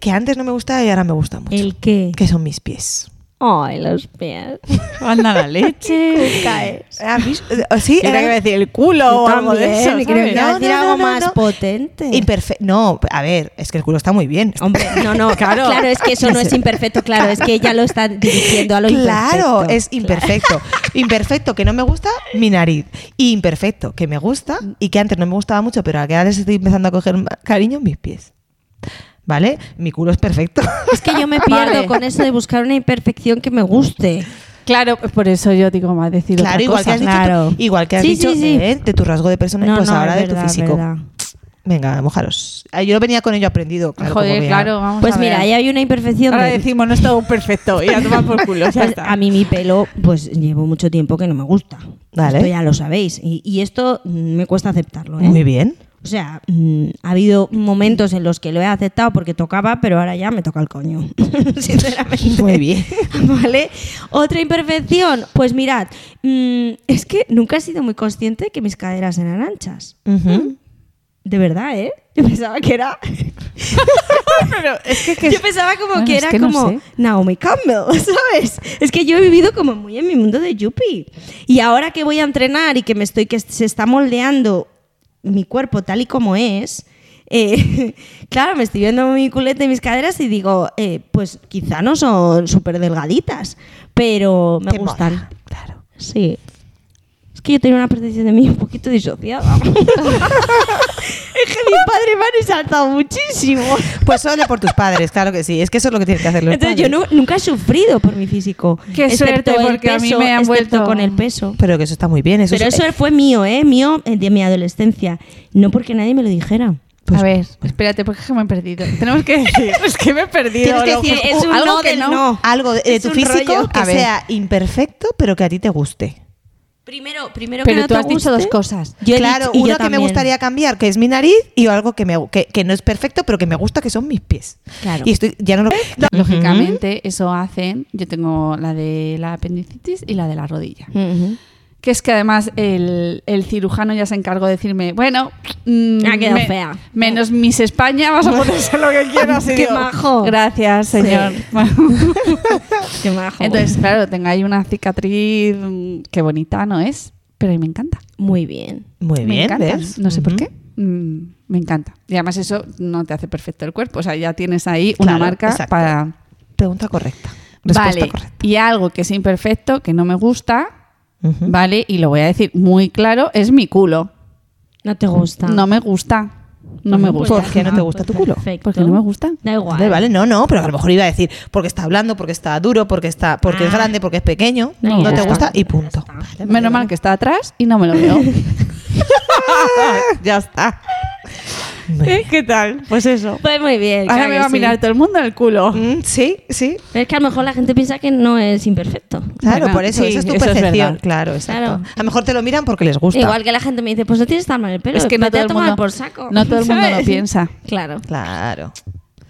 A: que antes no me gustaba y ahora me gusta mucho,
B: ¿El qué?
A: que son mis pies.
B: Ay, los pies.
C: Anda la leche.
B: Caes.
A: Ah, mis- eh, Sí, era-
C: decir el culo
B: Yo también, creo
A: ¿sabes?
B: que iba a
A: No,
B: decir
A: no,
B: algo
A: no, no,
B: más
A: no.
B: potente.
A: Imperfe- no, a ver, es que el culo está muy bien.
B: Hombre, no, no, claro. Claro, es que eso no es imperfecto, claro, es que ella lo está dirigiendo a lo imperfecto.
A: Claro, es imperfecto. Imperfecto que no me gusta mi nariz. Y imperfecto que me gusta y que antes no me gustaba mucho, pero a que ahora les estoy empezando a coger ma- cariño en mis pies. ¿Vale? Mi culo es perfecto.
B: Es que yo me pierdo
C: Vale.
B: con eso de buscar una imperfección que me guste.
C: Claro, pues por eso yo digo más decir
A: Claro,
C: otra
A: igual que
C: cosa.
A: has dicho,
B: claro.
A: tú- igual que has
B: Sí,
A: dicho,
B: sí, sí.
A: eh, de tu rasgo de persona,
B: No,
A: pues
B: no,
A: ahora
B: es
A: de tu
B: verdad,
A: físico.
B: verdad.
A: Venga, mojaros. Ah, Yo venía con ello aprendido. Claro, como
C: Joder,
A: voy a-
C: claro, vamos
B: Pues
C: a
B: mira,
C: ver.
B: ahí hay una imperfección.
C: Ahora
B: de-
C: decimos, no es todo perfecto. Y a tomar por culo. ya
B: Pues
C: está.
B: a mí mi pelo, pues llevo mucho tiempo que no me gusta.
A: Vale.
B: Esto ya lo sabéis. Y, y esto mm, me cuesta aceptarlo. ¿eh?
A: Muy bien.
B: O sea, mm, ha habido momentos en los que lo he aceptado porque tocaba, pero ahora ya me toca el coño. Sinceramente.
A: Muy bien.
B: ¿Vale? Otra imperfección. Pues mirad, mm, es que nunca he sido muy consciente de que mis caderas eran anchas.
A: Ujú.
B: De verdad, ¿eh? Yo pensaba que era. yo pensaba como
C: Bueno,
B: que
C: es
B: era
C: que no
B: como
C: sé.
B: Naomi Campbell, ¿sabes? Es que yo he vivido como muy en mi mundo de yuppie. Y ahora que voy a entrenar y que me estoy, que se está moldeando mi cuerpo tal y como es. eh, claro, me estoy viendo mi culete y mis caderas y digo, eh, pues quizá no son súper delgaditas, pero me
A: Te mola,
B: gustan.
A: Claro.
B: Sí. Es que yo tenía una percepción de mí un poquito disociada. es que mis padres me han exaltado muchísimo.
A: Pues solo por tus padres, claro que sí. Es que eso es lo que tienen que hacer los
B: Entonces yo
A: padres.
B: nu- nunca he sufrido por mi físico.
C: Qué
B: excepto
C: suerte,
B: el
C: porque a mí
B: peso-
C: me han
B: excepto
C: vuelto-
B: con el peso.
A: Pero que eso está muy bien. Eso
B: Pero
A: es-
B: eso fue mío, ¿eh? Mío eh, de mi adolescencia. No porque nadie me lo dijera.
A: Pues-
C: a ver, espérate, porque es que me he perdido. Tenemos que decir, es que me he perdido.
A: Tienes que
C: lo
A: decir
C: juzgo.
B: es un
C: algo
B: no
C: que
B: del
C: no.
B: no.
A: algo de, de
B: Es
A: tu
B: un
A: físico
B: rollo.
A: que
C: A ver.
A: sea imperfecto, pero que a ti te guste.
B: Primero, primero
C: Pero tú has dicho dos cosas.
B: Yo he
A: claro,
B: dicho- y yo
A: uno que me
B: también.
A: gustaría cambiar, que es mi nariz, y algo que, me, que, que no es perfecto, pero que me gusta, que son mis pies.
B: Claro. ¿Eh?
A: Y estoy, ya no lo-
C: Lógicamente, eso hacen. Yo tengo la de la apendicitis y la de la rodilla.
B: Ujú.
C: Que es que además el, el cirujano ya se encargó de decirme, bueno, mm,
B: Ha quedado fea.
C: menos Miss España, vas a poder ser lo que quieras. y
B: Qué
C: digo,
B: majo.
C: Gracias, señor.
B: Qué majo.
C: Entonces, claro, tengo ahí una cicatriz mm, que bonita no es, pero a mí me encanta.
B: Muy bien.
A: Muy
C: me
A: bien,
C: encanta.
A: ¿ves?
C: No sé por
A: Ujú.
C: qué. Mm, me encanta. Y además eso no te hace perfecto el cuerpo. O sea, ya tienes ahí una
A: Claro,
C: marca
A: exacto.
C: para...
A: Pregunta correcta. Respuesta
C: vale.
A: correcta.
C: Y algo que es imperfecto, que no me gusta,
A: Ujú.
C: ¿vale? Y lo voy a decir muy claro, es mi culo.
B: No te gusta.
C: No me gusta. No me
B: Ah. Pues
C: gusta.
A: ¿Por qué no te gusta tu culo?
B: Perfecto.
C: Porque no me gusta.
B: Da igual.
A: Vale, vale, no, no, pero a lo mejor iba a decir porque está hablando, porque está duro, porque está, porque es
B: Ah.
A: grande, porque es pequeño,
B: No,
A: no,
B: ya
A: te
B: está.
A: gusta y punto.
B: Ya está.
A: Vale, vale,
C: Menos mal que está atrás y no me lo veo.
A: vale. ya está.
C: ¿Eh? ¿Qué tal? Pues eso.
B: Pues muy bien.
C: Ahora
B: claro
C: me
B: que
C: va a
B: sí.
C: mirar todo el mundo el culo.
A: Mm, sí, sí.
B: Pero es que a lo mejor la gente piensa que no es imperfecto.
A: Claro,
C: Bueno,
A: por eso,
C: sí,
A: esa es tu
C: eso es
A: percepción.
C: verdad.
A: claro, exacto.
B: Claro.
A: A lo mejor te lo miran porque les gusta.
B: Igual que la gente me dice, pues no tienes tan mal el pelo.
C: es que no
B: vete
C: todo,
B: a
C: el
B: tomar
C: mundo,
B: por saco.
C: no todo el mundo lo
B: ¿sabes?
C: piensa.
B: Claro.
A: Claro.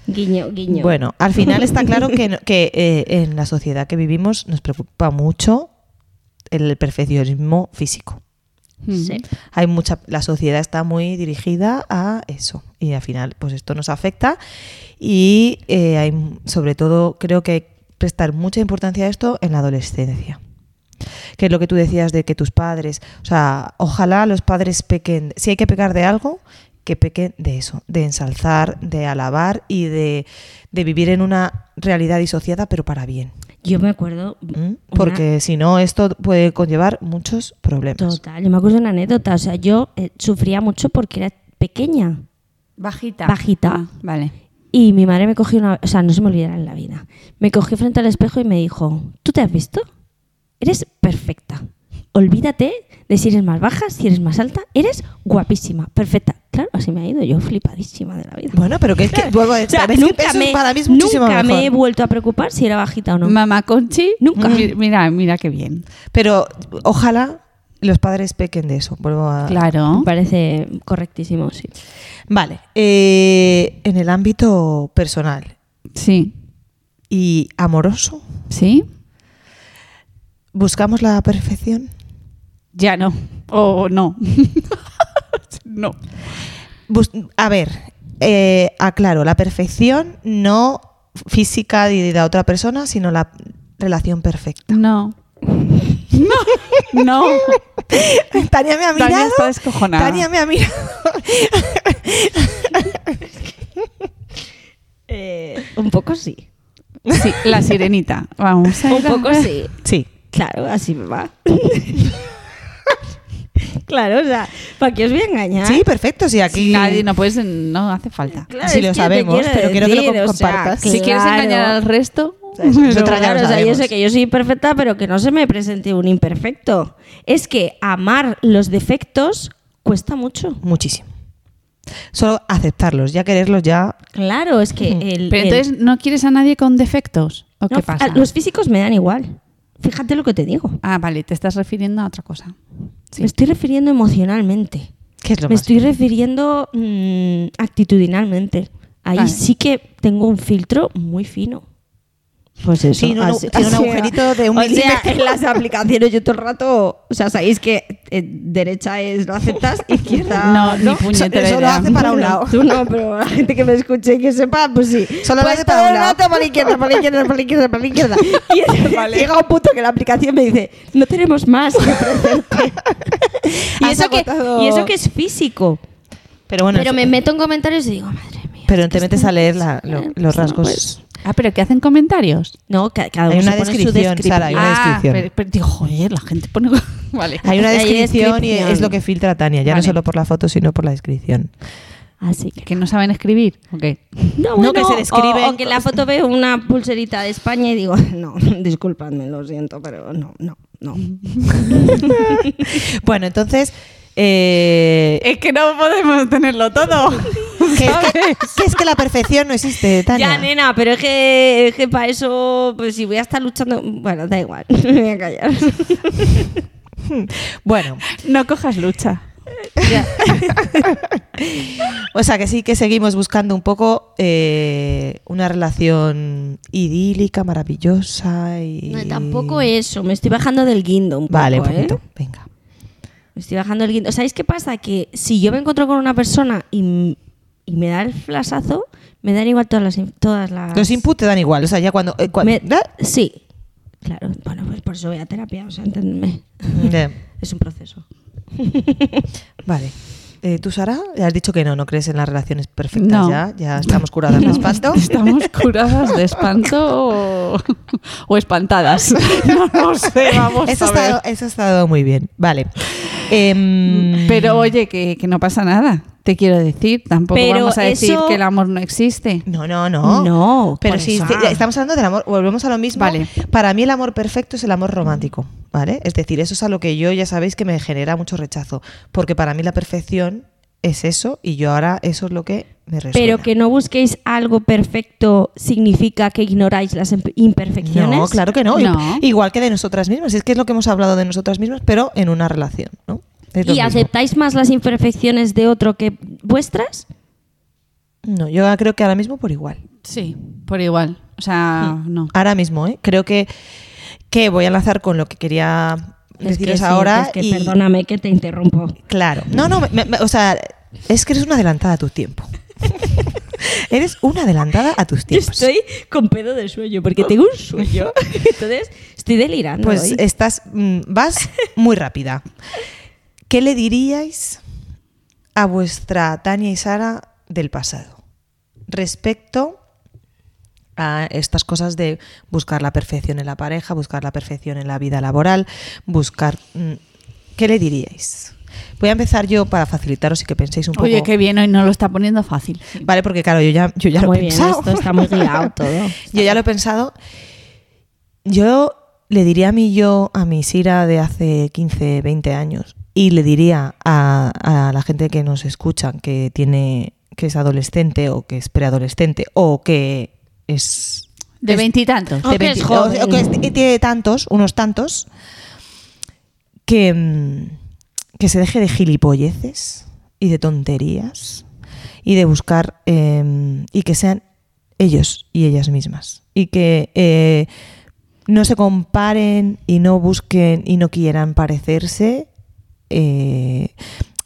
B: Guiño, guiño.
A: Bueno, al final está claro que, no- que eh, en la sociedad que vivimos nos preocupa mucho el perfeccionismo físico.
C: Mm.
B: Sí.
A: Hay mucha, la sociedad está muy dirigida a eso y al final, pues esto nos afecta y eh, hay, sobre todo creo que hay que prestar mucha importancia a esto en la adolescencia. Que es lo que tú decías de que tus padres, o sea, ojalá los padres pequen, si hay que pecar de algo, que pequen de eso, de ensalzar, de alabar y de, de vivir en una realidad disociada, pero para bien.
B: Yo me acuerdo.
A: ¿m?
B: una-
A: Porque si no, esto puede conllevar muchos problemas.
B: Total, yo me acuerdo de una anécdota. O sea, yo eh, sufría mucho porque era pequeña.
C: Bajita.
B: Bajita.
C: Ah, vale.
B: Y mi madre me cogió una. O sea, no se me olvidará en la vida. Me cogió frente al espejo y me dijo: ¿Tú te has visto? Eres perfecta. Olvídate de si eres más baja, si eres más alta. Eres guapísima, perfecta. Claro, así me ha ido yo flipadísima de la vida.
A: Bueno, pero que es que vuelvo a
B: O sea,
A: decir,
B: nunca,
A: eso
B: me,
A: para mí es muchísimo
B: nunca me he
A: mejor.
B: vuelto a preocupar si era bajita o no.
C: Mamá Conchi.
B: Nunca.
C: Mi- Mira, mira qué bien.
A: Pero ojalá los padres pequen de eso. Vuelvo
B: Ah.
A: a.
C: Claro.
B: Me parece correctísimo, sí.
A: Vale. eh, en el ámbito personal
C: Sí.
A: y amoroso,
C: Sí.
A: ¿buscamos la perfección?
C: Ya no. O no. no.
A: Bus- a ver, eh, aclaro, la perfección no física de la otra persona, sino la relación perfecta.
C: No. No. No.
A: Tania me ha
C: Tania
A: mirado.
C: está descojonada.
A: Tania me ha mirado.
B: un poco sí.
C: Sí, la sirenita. Vamos. a
B: Un
C: ir a-
B: poco sí.
A: Sí.
B: Claro, así me va. claro, o sea, ¿para qué os voy a engañar?
A: Sí, perfecto. Sí, aquí.
C: Nadie, no puedes, no hace falta.
B: Claro,
A: sí
B: es
A: lo
B: que te
A: sabemos,
B: quiero
A: pero quiero que lo
B: decir, o sea,
A: compartas.
C: Si quieres
B: claro.
C: engañar al resto,
A: Nosotras
B: Pero
A: ya lo
B: claro, o sea, yo
A: sabemos.
B: sé que yo soy imperfecta, pero que no se me presente un imperfecto. Es que amar los defectos cuesta mucho.
A: Muchísimo. Solo aceptarlos, ya quererlos, ya.
B: Claro, es que el.
C: pero
B: el-
C: entonces no quieres a nadie con defectos. ¿O
B: no,
C: qué pasa?
B: a- Los físicos me dan igual. Fíjate lo que te digo.
C: Ah, vale, te estás refiriendo a otra cosa. Sí.
B: Me estoy refiriendo emocionalmente.
A: ¿Qué es lo
B: Me
A: más
B: estoy refiriendo mm, actitudinalmente. Ahí
C: Vale.
B: sí que tengo un filtro muy fino. Pues eso.
A: Tiene un agu- tiene un agujerito de un
B: o sea,
A: milímetro.
B: en las aplicaciones yo todo el rato, o sea, sabéis que eh, derecha es lo aceptas, izquierda
C: No, ni puñetera
A: Eso lo
C: idea.
A: hace para un lado.
B: Tú no, pero la gente que me escuche y que sepa, pues sí.
A: Solo lo
B: Pues
A: hace para
B: todo
A: un
B: el
A: lado.
B: rato para la izquierda, para la izquierda, para la izquierda, para la izquierda. Y entonces llega un punto que la aplicación me dice, no tenemos más que ofrecerte. y,
A: Has
B: eso que,
A: agotado-
B: y eso que es físico.
A: Pero bueno,
B: pero
A: es-
B: me meto en comentarios y digo, madre mía.
A: pero
B: es
A: te
B: que
A: metes
B: esto-
A: a leer la- lo-
B: Eh,
A: los
B: pues no,
A: rasgos
B: pues,
C: Ah, pero que hacen comentarios.
B: No, ca- cada
A: Hay
B: uno
A: una
B: se pone su
A: descripción,
B: descripción.
A: Sara, hay una-
C: ah,
A: descripción.
C: Pero, pero digo, joder, la gente pone. vale.
A: Hay una
B: Hay
A: descripción y
B: descripción.
A: es lo que filtra Tania, ya
C: Vale.
A: no solo por la foto, sino por la descripción.
B: Así que
C: Que no saben escribir. Ok.
B: Ah, No,
A: No, que se describe-
B: O, o que en la foto veo una pulserita de España y digo, no, disculpadme, lo siento, pero no, no, no.
A: Bueno, entonces, eh,
C: Es que no podemos tenerlo todo.
A: que, que- que es que la perfección no existe, Tania.
B: Ya, nena, pero es que, es que para eso, pues si voy a estar luchando, bueno, da igual, me voy a callar.
A: Bueno,
C: No cojas lucha.
A: o sea que sí que seguimos buscando un poco eh, una relación idílica, maravillosa y...
B: No, tampoco eso, me estoy bajando del guindo un poco,
A: Vale, un
B: ¿eh?
A: poquito, venga.
B: Me estoy bajando el guindo. ¿Sabéis qué pasa? Que si yo me encuentro con una persona y, m- y me da el flasazo, me dan igual todas las... in- Todas las
A: Los inputs te dan igual, o sea, ya cuando... eh, cua-
B: Me-
A: ¿Ah?
B: Sí, claro. Bueno, pues por eso voy a terapia, o sea, entendedme.
A: Bien,
B: Es un proceso.
A: Vale. Eh, ¿Tú, Sara? Ya has dicho que no, no crees en las relaciones perfectas
C: No.
A: ya. Ya estamos curadas de espanto.
C: Estamos curadas de espanto o, o espantadas. No lo sé, vamos
A: Eso ha,
C: a ver.
A: estado, eso ha estado muy bien. Vale. Em,
C: Pero oye, que, que no pasa nada. Te quiero decir, tampoco
B: Pero
C: vamos a decir
B: eso-
C: que el amor no existe.
A: No, no, no.
B: No,
A: Pero
B: por
A: si
B: eso.
A: te- estamos hablando del amor, volvemos a lo mismo.
C: Vale.
A: Para mí el amor perfecto es el amor romántico, ¿vale? Es decir, eso es a lo que yo ya sabéis que me genera mucho rechazo, porque para mí la perfección es eso y yo ahora eso es lo que me resuena.
B: Pero que no busquéis algo perfecto significa que ignoráis las em- imperfecciones.
A: No, claro que no. I-
C: No.
A: Igual que de nosotras mismas. Es que es lo que hemos hablado de nosotras mismas, pero en una relación, ¿no? Es lo
B: ¿Y
A: mismo.
B: aceptáis más las imperfecciones de otro que vuestras?
A: No, yo creo que ahora mismo por igual.
C: Sí, por igual. O sea, no.
A: Ahora mismo, ¿eh? Creo que, que voy a enlazar con lo que quería
B: Es que
A: deciros
B: sí,
A: ahora.
B: es que
A: y-
B: perdóname que te interrumpo.
A: Claro. No, no, me- me- o sea, es que eres una adelantada a tu tiempo. eres una adelantada a tus
B: Yo
A: tiempos.
B: estoy con pedo de sueño porque tengo un sueño. Entonces, estoy delirando.
A: Pues
B: hoy.
A: estás, mm, vas muy rápida. ¿Qué le diríais a vuestra Tania y Sara del pasado respecto a estas cosas de buscar la perfección en la pareja, buscar la perfección en la vida laboral, buscar... mm, ¿Qué le diríais? Voy a empezar yo para facilitaros y que penséis un poco.
C: Oye, qué bien, hoy no lo está poniendo fácil.
A: Vale, porque claro, yo ya, yo ya
B: Está
A: lo he
B: muy bien,
A: pensado.
B: esto está muy guiado todo.
A: Yo ya lo he pensado. Yo le diría a mi yo, a mi Sira de hace 15, 20 años, y le diría a, a la gente que nos escucha, que tiene, que es adolescente o que es preadolescente o que es
C: De
A: Es-
C: veintitantos.
B: O que es joven.
A: o que es- eh, tiene tantos, unos tantos, que, mm, que se deje de gilipolleces y de tonterías y de buscar eh, y que sean ellos y ellas mismas. Y que eh, no se comparen y no busquen y no quieran parecerse. eh,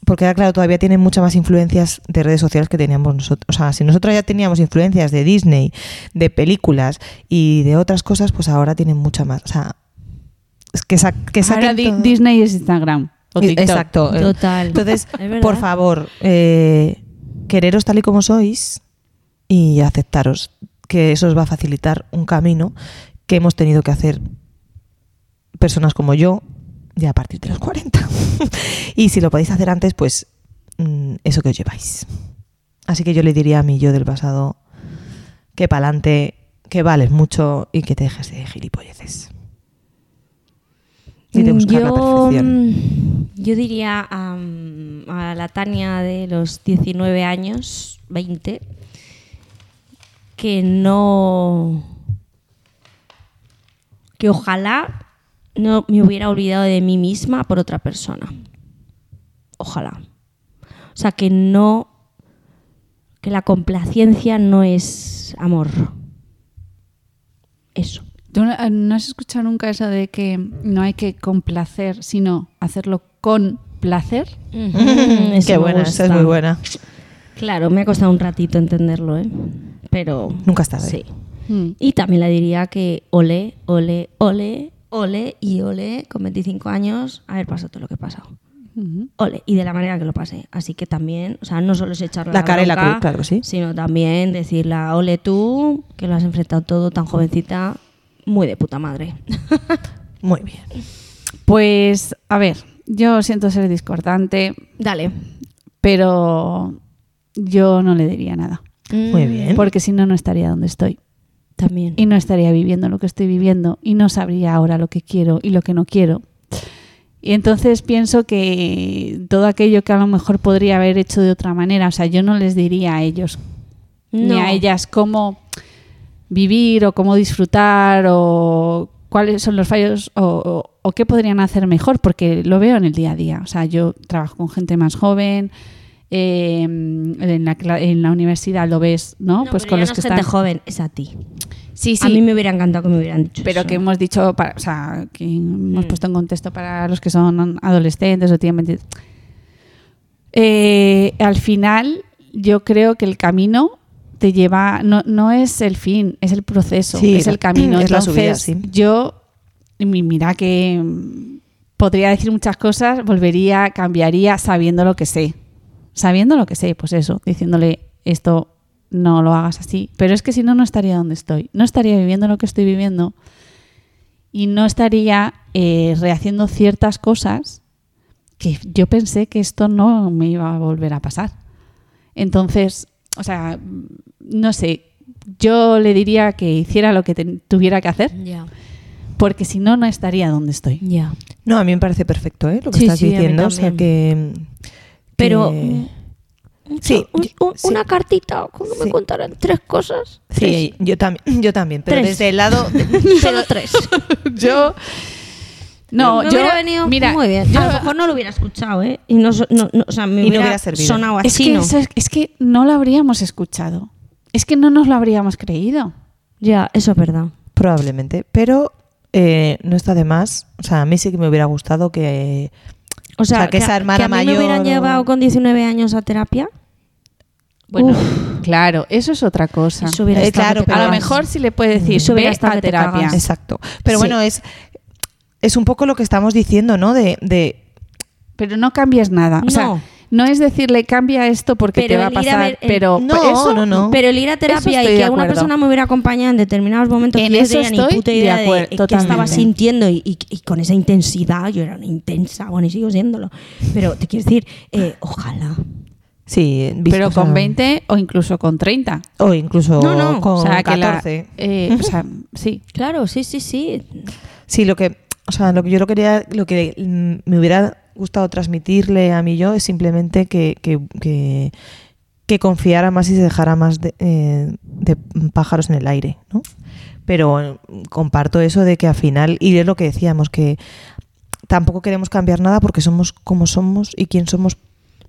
A: porque, ah, claro, todavía tienen muchas más influencias de redes sociales que teníamos nosotros. O sea, si nosotros ya teníamos influencias de Disney, de películas y de otras cosas, pues ahora tienen mucha más. O sea, es que, sa- que
C: Ahora
A: saquen
C: Di-
A: todo.
C: Disney es Instagram. O
A: Eh,
C: TikTok.
A: Exacto. eh.
B: Total.
A: Entonces,
B: Es verdad.
A: por favor, eh, quereros tal y como sois y aceptaros, que eso os va a facilitar un camino que hemos tenido que hacer personas como yo ya a partir de los 40. y si lo podéis hacer antes, pues mm, eso que os lleváis. Así que yo le diría a mi yo del pasado que pa'lante, que vales mucho y que te dejes de gilipolleces. Y de buscar la perfección.
B: mm, yo diría am, a la Tania de los 19 años, 20, que no. que ojalá no me hubiera olvidado de mí misma por otra persona. Ojalá. O sea, que no. que la complacencia no es amor. Eso.
C: ¿Tú no, ah, no has escuchado nunca eso de que no hay que complacer, sino hacerlo con placer?
B: Mm, Eso
A: Qué
B: me
A: buena, esa es
B: gusta.
A: muy buena.
B: Claro, me ha costado un ratito entenderlo, ¿eh? Pero.
A: Nunca es tarde.
B: Sí. Y también le diría que ole, ole, ole, ole y ole, con 25 años, haber pasado todo lo que he pasado.
C: Ujú.
B: ole, y de la manera que lo pase. Así que también, o sea, no solo es echarle
A: La cara y la
B: bronca,
A: cruz, claro que sí.
B: Sino también decirla, ole tú, que lo has enfrentado todo tan jovencita, muy de puta madre.
A: Muy bien.
C: Pues, a ver, yo siento ser discordante,
B: Dale.
C: pero yo no le diría nada.
A: Muy bien.
C: Porque si no, no estaría donde estoy.
B: También.
C: Y no estaría viviendo lo que estoy viviendo. Y no sabría ahora lo que quiero y lo que no quiero. Y entonces pienso que todo aquello que a lo mejor podría haber hecho de otra manera, o sea, yo no les diría a ellos ni
B: No.
C: a ellas cómo vivir o cómo disfrutar o cuáles son los fallos o, o- o qué podrían hacer mejor, porque lo veo en el día a día. O sea, yo trabajo con gente más joven, eh, en, la, cla- en la universidad lo ves, ¿no?
B: No,
C: pues
B: pero
C: con
B: ya
C: los
B: no
C: que
B: es gente
C: están...
B: joven, es a ti.
C: Sí,
B: A mí me hubiera encantado que me hubieran dicho
C: pero
B: eso.
C: que hemos dicho, para- o sea, que hemos
B: Mm.
C: puesto en contexto para los que son adolescentes o tienen 20. Eh, al final, yo creo que el camino te lleva, no, no es el fin, es el proceso,
A: Sí,
C: es
A: la-
C: el camino.
A: es la subida,
C: Entonces,
A: sí.
C: Yo, mi- mira que mm, podría decir muchas cosas, volvería, cambiaría sabiendo lo que sé. Sabiendo lo que sé, pues eso, diciéndole esto no lo hagas así. Pero es que si no, no estaría donde estoy. No estaría viviendo lo que estoy viviendo y no estaría eh, rehaciendo ciertas cosas que yo pensé que esto no me iba a volver a pasar. Entonces, o sea, no sé, yo le diría que hiciera lo que ten- tuviera que hacer,
B: Ya,
C: porque si no, no estaría donde estoy.
B: ya.
A: No, a mí me parece perfecto ¿eh? lo que
B: Sí,
A: estás
B: sí, a mí
A: diciendo. O sea que.
B: Pero,
A: que-
B: Un-
A: Sí,
B: un-
A: yo-
B: un-
A: sí.
B: Una cartita, como
A: Sí.
B: me contaran tres cosas.
A: Sí, yo también, yo también, pero
B: Tres.
A: desde el lado
B: Tres. Solo tres.
C: Yo. No,
B: Me
C: yo.
B: hubiera venido
C: mira,
B: muy bien.
C: yo-
B: a lo mejor no lo hubiera escuchado, ¿eh? Y no, so- no- no, o sea, me
A: Y no
B: hubiera,
A: hubiera servido.
B: sonado a
C: es, que
B: chino.
C: eso es- es que no lo habríamos escuchado. Es que no nos lo habríamos creído.
B: Ya, eso es verdad.
A: probablemente, pero eh, no está de más. O sea, a mí sí que me hubiera gustado que
B: O sea,
A: O sea, que esa
B: a-
A: hermana
B: a mí
A: mayor
B: me hubieran
A: o-
B: llevado con 19 años a terapia.
C: Bueno,
B: Uf.
C: claro, eso es otra cosa.
B: Eso hubiera
A: Eh,
B: estado
A: claro,
B: que te
A: pero
C: a lo
B: cagas.
C: mejor si le puedes decir,
B: Eso hubiera
C: ve
B: estado
C: a
B: que te
C: terapia.
B: cagas.
A: Exacto. Pero
B: Sí.
A: bueno, es, es un poco lo que estamos diciendo, ¿no? De, de-
C: Pero no cambias nada. O sea,
B: No.
C: no es decirle cambia esto porque
B: Pero
C: te va a
B: el ir a
C: pasar,
B: ver el-
C: pero
A: No,
C: eso
A: no, no.
B: Pero el ir a
C: Eso
B: terapia
C: estoy
B: y
C: de
B: que una
C: acuerdo.
B: persona me hubiera acompañado en determinados momentos
C: En
B: que yo no
C: eso
B: tenía ni
C: estoy
B: puta
C: de
B: idea de,
C: acuerdo,
B: eh, qué estaba
C: totalmente.
B: sintiendo y, y- y con esa intensidad, yo era una intensa, bueno, y sigo siéndolo. Pero te quiero decir, eh, ojalá.
A: sí, visto-
C: pero
A: o sea,
C: con 20 o incluso con 30.
A: O incluso
B: No, no,
A: con
C: o sea, que la-
A: 14.
C: eh, o sea, sí.
B: Claro, sí, sí, sí.
A: Sí, lo que, o sea, lo que yo lo quería, lo que mm, me hubiera gustado transmitirle a mí yo es simplemente que, que, que- que confiara más y se dejara más de, eh, de pájaros en el aire, ¿no? Pero mm, comparto eso de que al final, y es lo que decíamos, que tampoco queremos cambiar nada porque somos como somos y quién somos.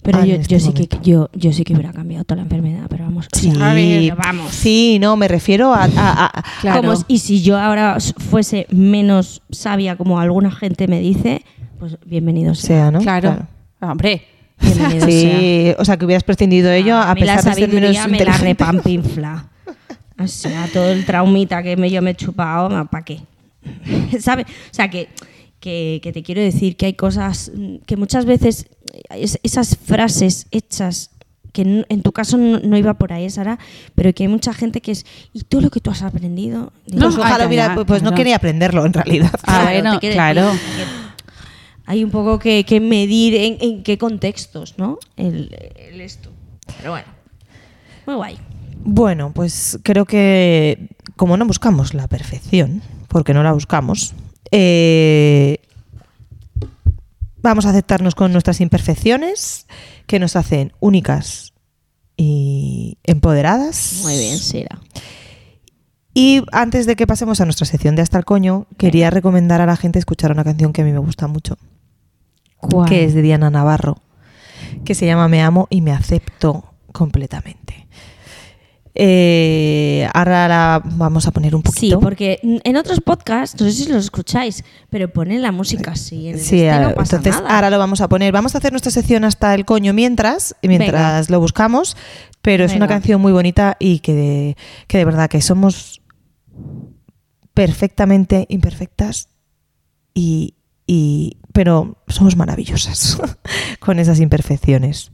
B: Pero
A: Ah, en
B: yo,
A: este
B: yo sí que
A: momento.
B: yo, yo sí que hubiera cambiado toda la enfermedad, pero vamos. o
A: Sí,
B: sea,
C: A ver, vamos.
A: Sí, no, me refiero a. a- a- a-
C: Claro.
B: como s- y si yo ahora s- fuese menos sabia, como alguna gente me dice, pues bienvenido sea.
A: sea, ¿no?
C: claro. Ah, Hombre,
B: Bienvenido sea.
A: Sí, o sea, que hubieras prescindido de ello a,
B: A mí
A: pesar
B: la
A: de ser menos
B: sabiduría me la
A: inteligente.
B: repampinfla. O sea, todo el traumita que me, yo me he chupado, ¿para qué? ¿Sabes? O sea, que, que, que te quiero decir que hay cosas mm, que muchas veces eh, es- esas frases hechas que n- en tu caso no, no iba por ahí, Sara, pero que hay mucha gente que es, ¿y todo lo que tú has aprendido? Digo,
C: No,
A: Pues
C: ah,
A: ojalá
C: ya,
A: hubiera,
C: ya,
A: pues no
C: claro.
A: quería aprenderlo en realidad.
C: Ah,
B: te
C: bueno,
B: quiero
C: claro.
B: decir que Hay un poco que, que medir en, en qué contextos, ¿no? El, el esto. Pero bueno, muy guay.
A: Bueno, pues creo que como no buscamos la perfección, porque no la buscamos, eh, vamos a aceptarnos con nuestras imperfecciones que nos hacen únicas y empoderadas.
B: Muy bien, Sira.
A: Y antes de que pasemos a nuestra sección de Hasta el Coño, quería recomendar a la gente escuchar una canción que a mí me gusta mucho, que es de Diana Navarro, que se llama Me amo y me acepto completamente. Eh, ahora la vamos a poner un
B: Sí,
A: poquito.
B: porque en otros podcasts, no sé si los escucháis, pero ponen la música así. En el
A: Sí,
B: este
A: ahora-
B: no pasa
A: entonces
B: nada.
A: ahora lo vamos a poner. Vamos a hacer nuestra sección hasta el coño mientras, mientras lo buscamos, pero es una
B: Venga.
A: canción muy bonita y que de, que de verdad que somos perfectamente imperfectas y, y- pero somos maravillosas con esas imperfecciones.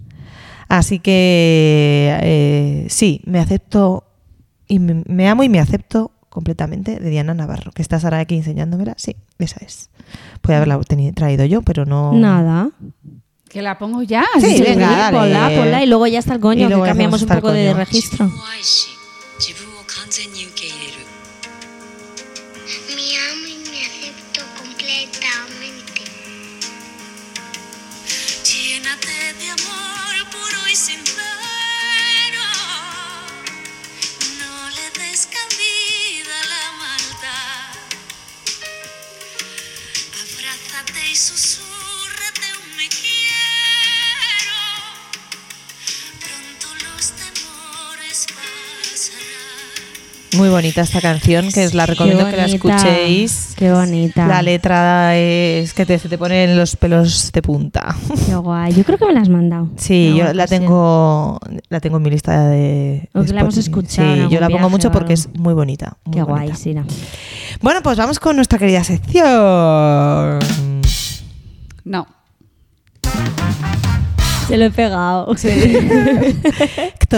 A: Así que eh, sí, me acepto y me, me amo y me acepto completamente de Diana Navarro, que estás ahora aquí enseñándomela. Sí, esa es. Puede haberla teni- traído yo, pero no.
B: Nada.
C: Que la pongo ya.
A: Sí,
C: así.
A: venga, dale.
B: ponla, ponla, y luego ya está el
A: Y
B: coño, que
A: luego hacemos
B: cambiamos un
A: hasta el
B: poco de
A: coño.
B: registro.
D: 自分を愛し自分を完全に受け入れる
E: Me amo y me acepto completamente.
D: Llénate de amor puro y sincero. No le des cabida a la maldad. Abrázate y susurrate un me quiero. Pronto los temores pasarán.
A: Muy bonita esta canción, que os la recomiendo que la
B: bonita,
A: escuchéis.
B: Qué bonita.
A: La letra es que te, se te ponen los pelos de punta.
B: Qué guay. Yo creo que me la has mandado.
A: Sí,
B: En
A: yo
B: alguna
A: la
B: ocasión.
A: tengo, la tengo en mi lista de.
B: O
A: de
B: que la hemos
A: Spotify.
B: escuchado en
A: Sí, yo
B: algún
A: la pongo
B: viaje
A: mucho
B: o algo.
A: porque es muy bonita. muy
B: Qué guay,
A: bonita.
B: Sira.
A: Bueno, pues vamos con nuestra querida sección.
C: No.
B: Se lo he pegado.
A: Esto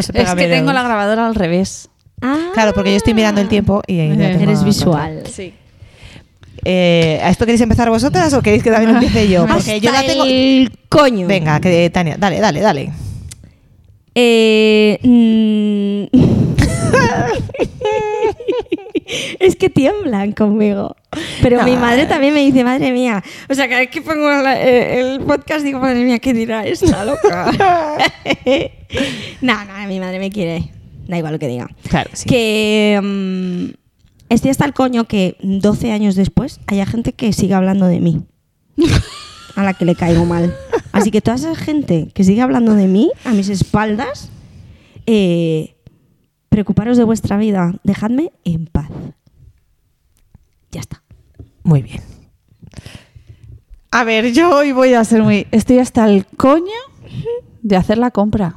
A: se pega
C: Es que
A: menos.
C: tengo la grabadora al revés.
B: Ah,
A: Claro, porque yo estoy mirando el tiempo y ahí la tengo
B: eres
A: a-
B: visual.
C: Sí.
A: Eh, ¿A esto queréis empezar vosotras o queréis que también lo empiece yo? Porque yo la
B: Hasta
A: tengo.
B: El coño.
A: Venga, que Tania, dale, dale, dale.
B: Eh, mm. es que tiemblan conmigo. Pero mi
A: Ay.
B: madre también me dice, madre mía. O sea, cada vez que pongo la- eh, el podcast digo, madre mía, ¿qué dirá esta loca? no, no, mi madre me quiere. Da igual lo que diga.
A: Claro, sí.
B: Que mm, estoy hasta el coño que 12 años después haya gente que siga hablando de mí. a la que le caigo mal. Así que toda esa gente que sigue hablando de mí, a mis espaldas, eh, preocuparos de vuestra vida. Dejadme en paz. Ya está.
A: Muy bien.
C: A ver, yo hoy voy a ser muy. Estoy hasta el coño de hacer la compra.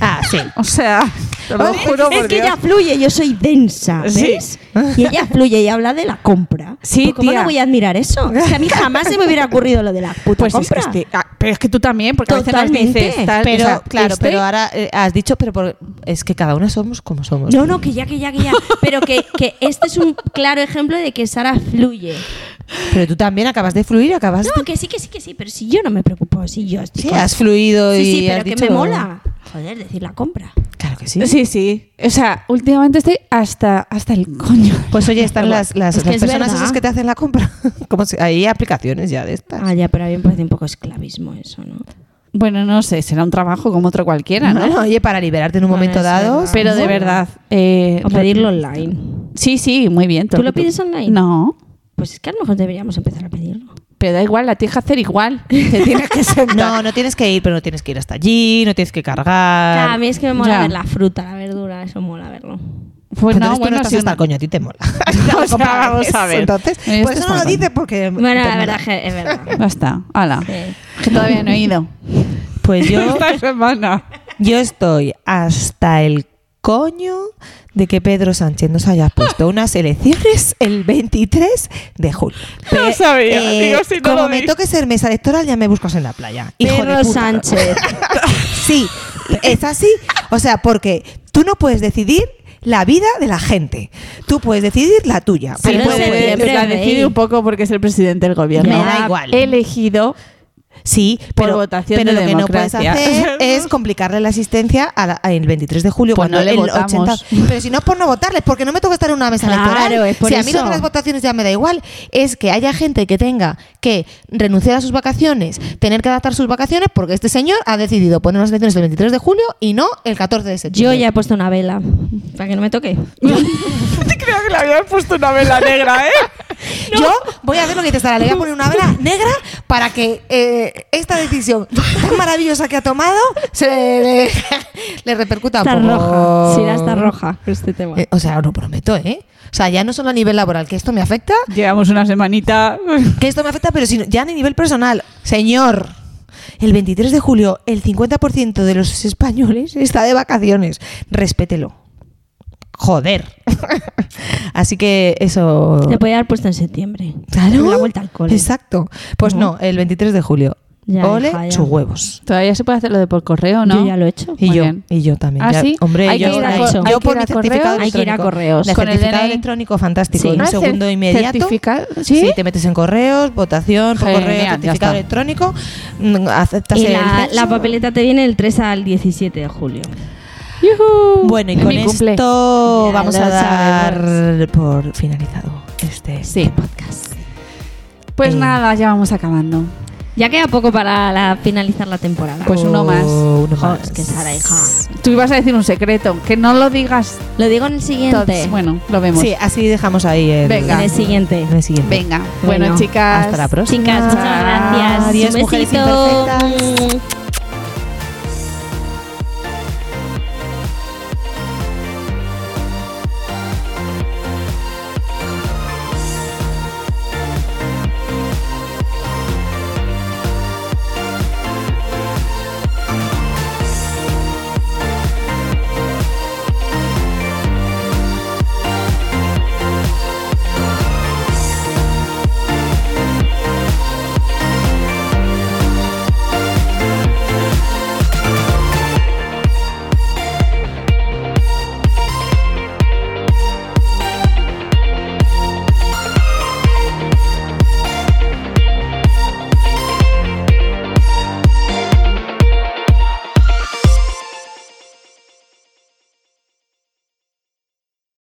A: Ah, sí.
C: O sea, te lo juro
B: es
C: por
B: que
C: Dios.
B: ella fluye, yo soy densa, ¿ves? Y ella fluye y habla de la compra.
C: Sí,
B: Pues, ¿Cómo
C: tía.
B: no voy a admirar eso? Es que a mí jamás se me hubiera ocurrido lo de la puta
C: Pues es que
B: compra.
C: estoy- ah, pero es que tú también, porque a veces
B: Totalmente.
C: nos dices tal,
A: Pero,
C: o sea, este
A: claro,
C: estoy-
A: pero ahora eh, has dicho, pero por- es que cada una somos como somos.
B: No, no, que ya, que ya, que ya. Pero que, que este es un claro ejemplo de que Sara fluye.
A: Pero tú también acabas de fluir, acabas
B: No, que sí, que sí, que sí. Pero si yo no me preocupo, si yo estoy.
A: Sí,
B: con-
A: has fluido
B: Sí,
A: y
B: sí, pero
A: has
B: que
A: dicho-
B: me mola. Joder, decir la compra.
A: Claro que sí.
C: Sí, sí. O sea, últimamente estoy hasta, hasta el coño.
A: Pues oye, están las, las,
B: Es que
A: las
B: es
A: personas
B: verdad.
A: esas que te hacen la compra. Como si- hay aplicaciones ya de estas.
B: Ah, ya, pero a mí me parece un poco esclavismo eso, ¿no?
C: Bueno, no sé, será un trabajo como otro cualquiera, ¿no?
A: Bueno, oye, para liberarte en un
B: Bueno,
A: momento
B: es
A: dado.
B: verdad.
C: Pero de verdad. eh,
B: O pedirlo online.
C: Sí, sí, muy bien.
B: ¿Tú lo pides online?
C: No.
B: Pues es que a lo mejor deberíamos empezar a pedirlo.
C: Pero da igual, la tienes que hacer igual. Te tienes que sentar.
A: No, no tienes que ir, pero no tienes que ir hasta allí, no tienes que cargar.
B: a mí es que me mola
C: ya.
B: ver la fruta, la verdura, eso mola verlo.
C: Pues
A: Entonces
C: no,
A: tú no
C: bueno,
A: estás
C: sí,
A: hasta
C: no.
A: el coño, a ti te mola.
C: O sea, vamos a ver.
A: Entonces,
C: Este
A: por eso no
C: está
A: lo
C: mal.
A: dices porque.
B: Bueno,
A: te
B: la
A: mola.
B: verdad es que es verdad.
C: Ya está, ala.
B: Sí.
C: Que todavía no he ido.
A: Pues yo,
C: Esta semana.
A: yo estoy hasta el coño de que Pedro Sánchez nos haya puesto unas elecciones el 23 de julio.
C: No sabía,
A: Eh,
C: digo, si no
A: como
C: lo
A: me
C: di.
A: toque ser mesa electoral, ya me buscas en la playa. Hijo de
B: Pedro
A: puta.
B: Sánchez.
A: Sí, es así. O sea, porque tú no puedes decidir la vida de la gente. Tú puedes decidir la tuya.
B: Sí,
A: Pero
B: no
A: puedes-
B: sé,
A: puedes-
B: septiembre,
C: pues, eh, la
B: rey.
C: decide un poco porque es el presidente del gobierno.
A: Me da igual.
C: Elegido.
A: Sí,
C: Por
A: pero,
C: votación
A: pero lo
C: de
A: que no puedes
C: democracia.
A: hacer es complicarle la asistencia a la- a el 23 de julio
C: Pues
A: cuando
C: no le
A: el
C: votamos.
A: 80 Pero si no es por no votarles, porque no me toca estar en una mesa
B: Claro,
A: electoral.
B: es por
A: si a mí lo
B: eso.
A: de las votaciones ya me da igual, es que haya gente que tenga que renunciar a sus vacaciones, tener que adaptar sus vacaciones, porque este señor ha decidido poner unas elecciones el 23 de julio y no el 14 de
B: Yo
A: septiembre.
B: ya he puesto una vela para que no me toque.
C: Creo que le habían puesto una vela negra, ¿eh?
A: Yo voy a hacer lo que te estará. Le voy a poner una vela negra para que eh, esta decisión tan maravillosa que ha tomado se le, le repercuta
B: Está
A: un poco.
B: roja. Sira está roja con este tema.
A: Eh, o sea, no prometo, ¿eh? O sea, ya no solo a nivel laboral, que esto me afecta,
C: Llevamos una semanita.
A: que esto me afecta, pero sino ya a nivel personal. Señor, el 23 de julio el 50% de los españoles está de vacaciones. Respételo. Joder. Así que eso.
B: Se puede haber puesto en septiembre.
A: Eh, Claro.
B: La vuelta al cole.
A: Exacto. Pues no, el 23 de julio.
B: Ya,
A: Ole
B: hija, ya.
A: sus huevos.
C: Todavía se puede hacer lo de por correo, ¿no?
B: Yo ya lo he hecho.
A: Y
C: Muy
A: yo,
C: bien.
A: y yo también.
C: ¿Ah,
A: ya-
C: sí?
A: Hombre,
C: Hay
A: yo,
B: que ir a-
A: yo
B: hay
C: que
A: por
C: ir
A: mi
C: a
A: certificado
C: correos.
B: Hay que ir a
A: electrónico.
B: correos.
A: El
C: Con el
A: certificado
C: DNI.
A: electrónico, fantástico.
B: Sí.
A: En
C: Ah,
A: un
C: cer-
A: segundo inmediato.
C: certificado, ¿sí?
A: te metes en correos, votación, por
C: Genial,
A: correo,
C: ya
A: certificado
C: está.
A: electrónico, mm, aceptas
B: Y
A: el
B: la,
A: censo.
B: la papeleta te viene el 3 al 17 de julio.
C: ¡Yujú!
A: Bueno, y
C: uh, Es
A: con
C: mi cumple.
A: esto
B: Ya
A: vamos
B: lo
A: a dar
B: sabemos.
A: por finalizado este
C: Sí.
A: podcast.
C: Pues
A: Eh.
C: nada, ya vamos acabando.
B: Ya queda poco para la- finalizar la temporada.
C: Pues uno más.
A: Oh, uno
B: Joder,
A: más.
B: es que Sara, hija.
C: Tú ibas a decir un secreto, que no lo digas.
B: Lo digo en el siguiente.
C: todos. Bueno, lo vemos.
A: Sí, así dejamos ahí el,
C: Venga.
B: En el siguiente.
A: en el siguiente.
C: Venga. Bueno,
B: Bueno,
C: chicas.
A: Hasta la próxima.
B: Chicas, muchas gracias.
A: Adiós,
B: Un
A: mujeres
B: besito.
A: imperfectas.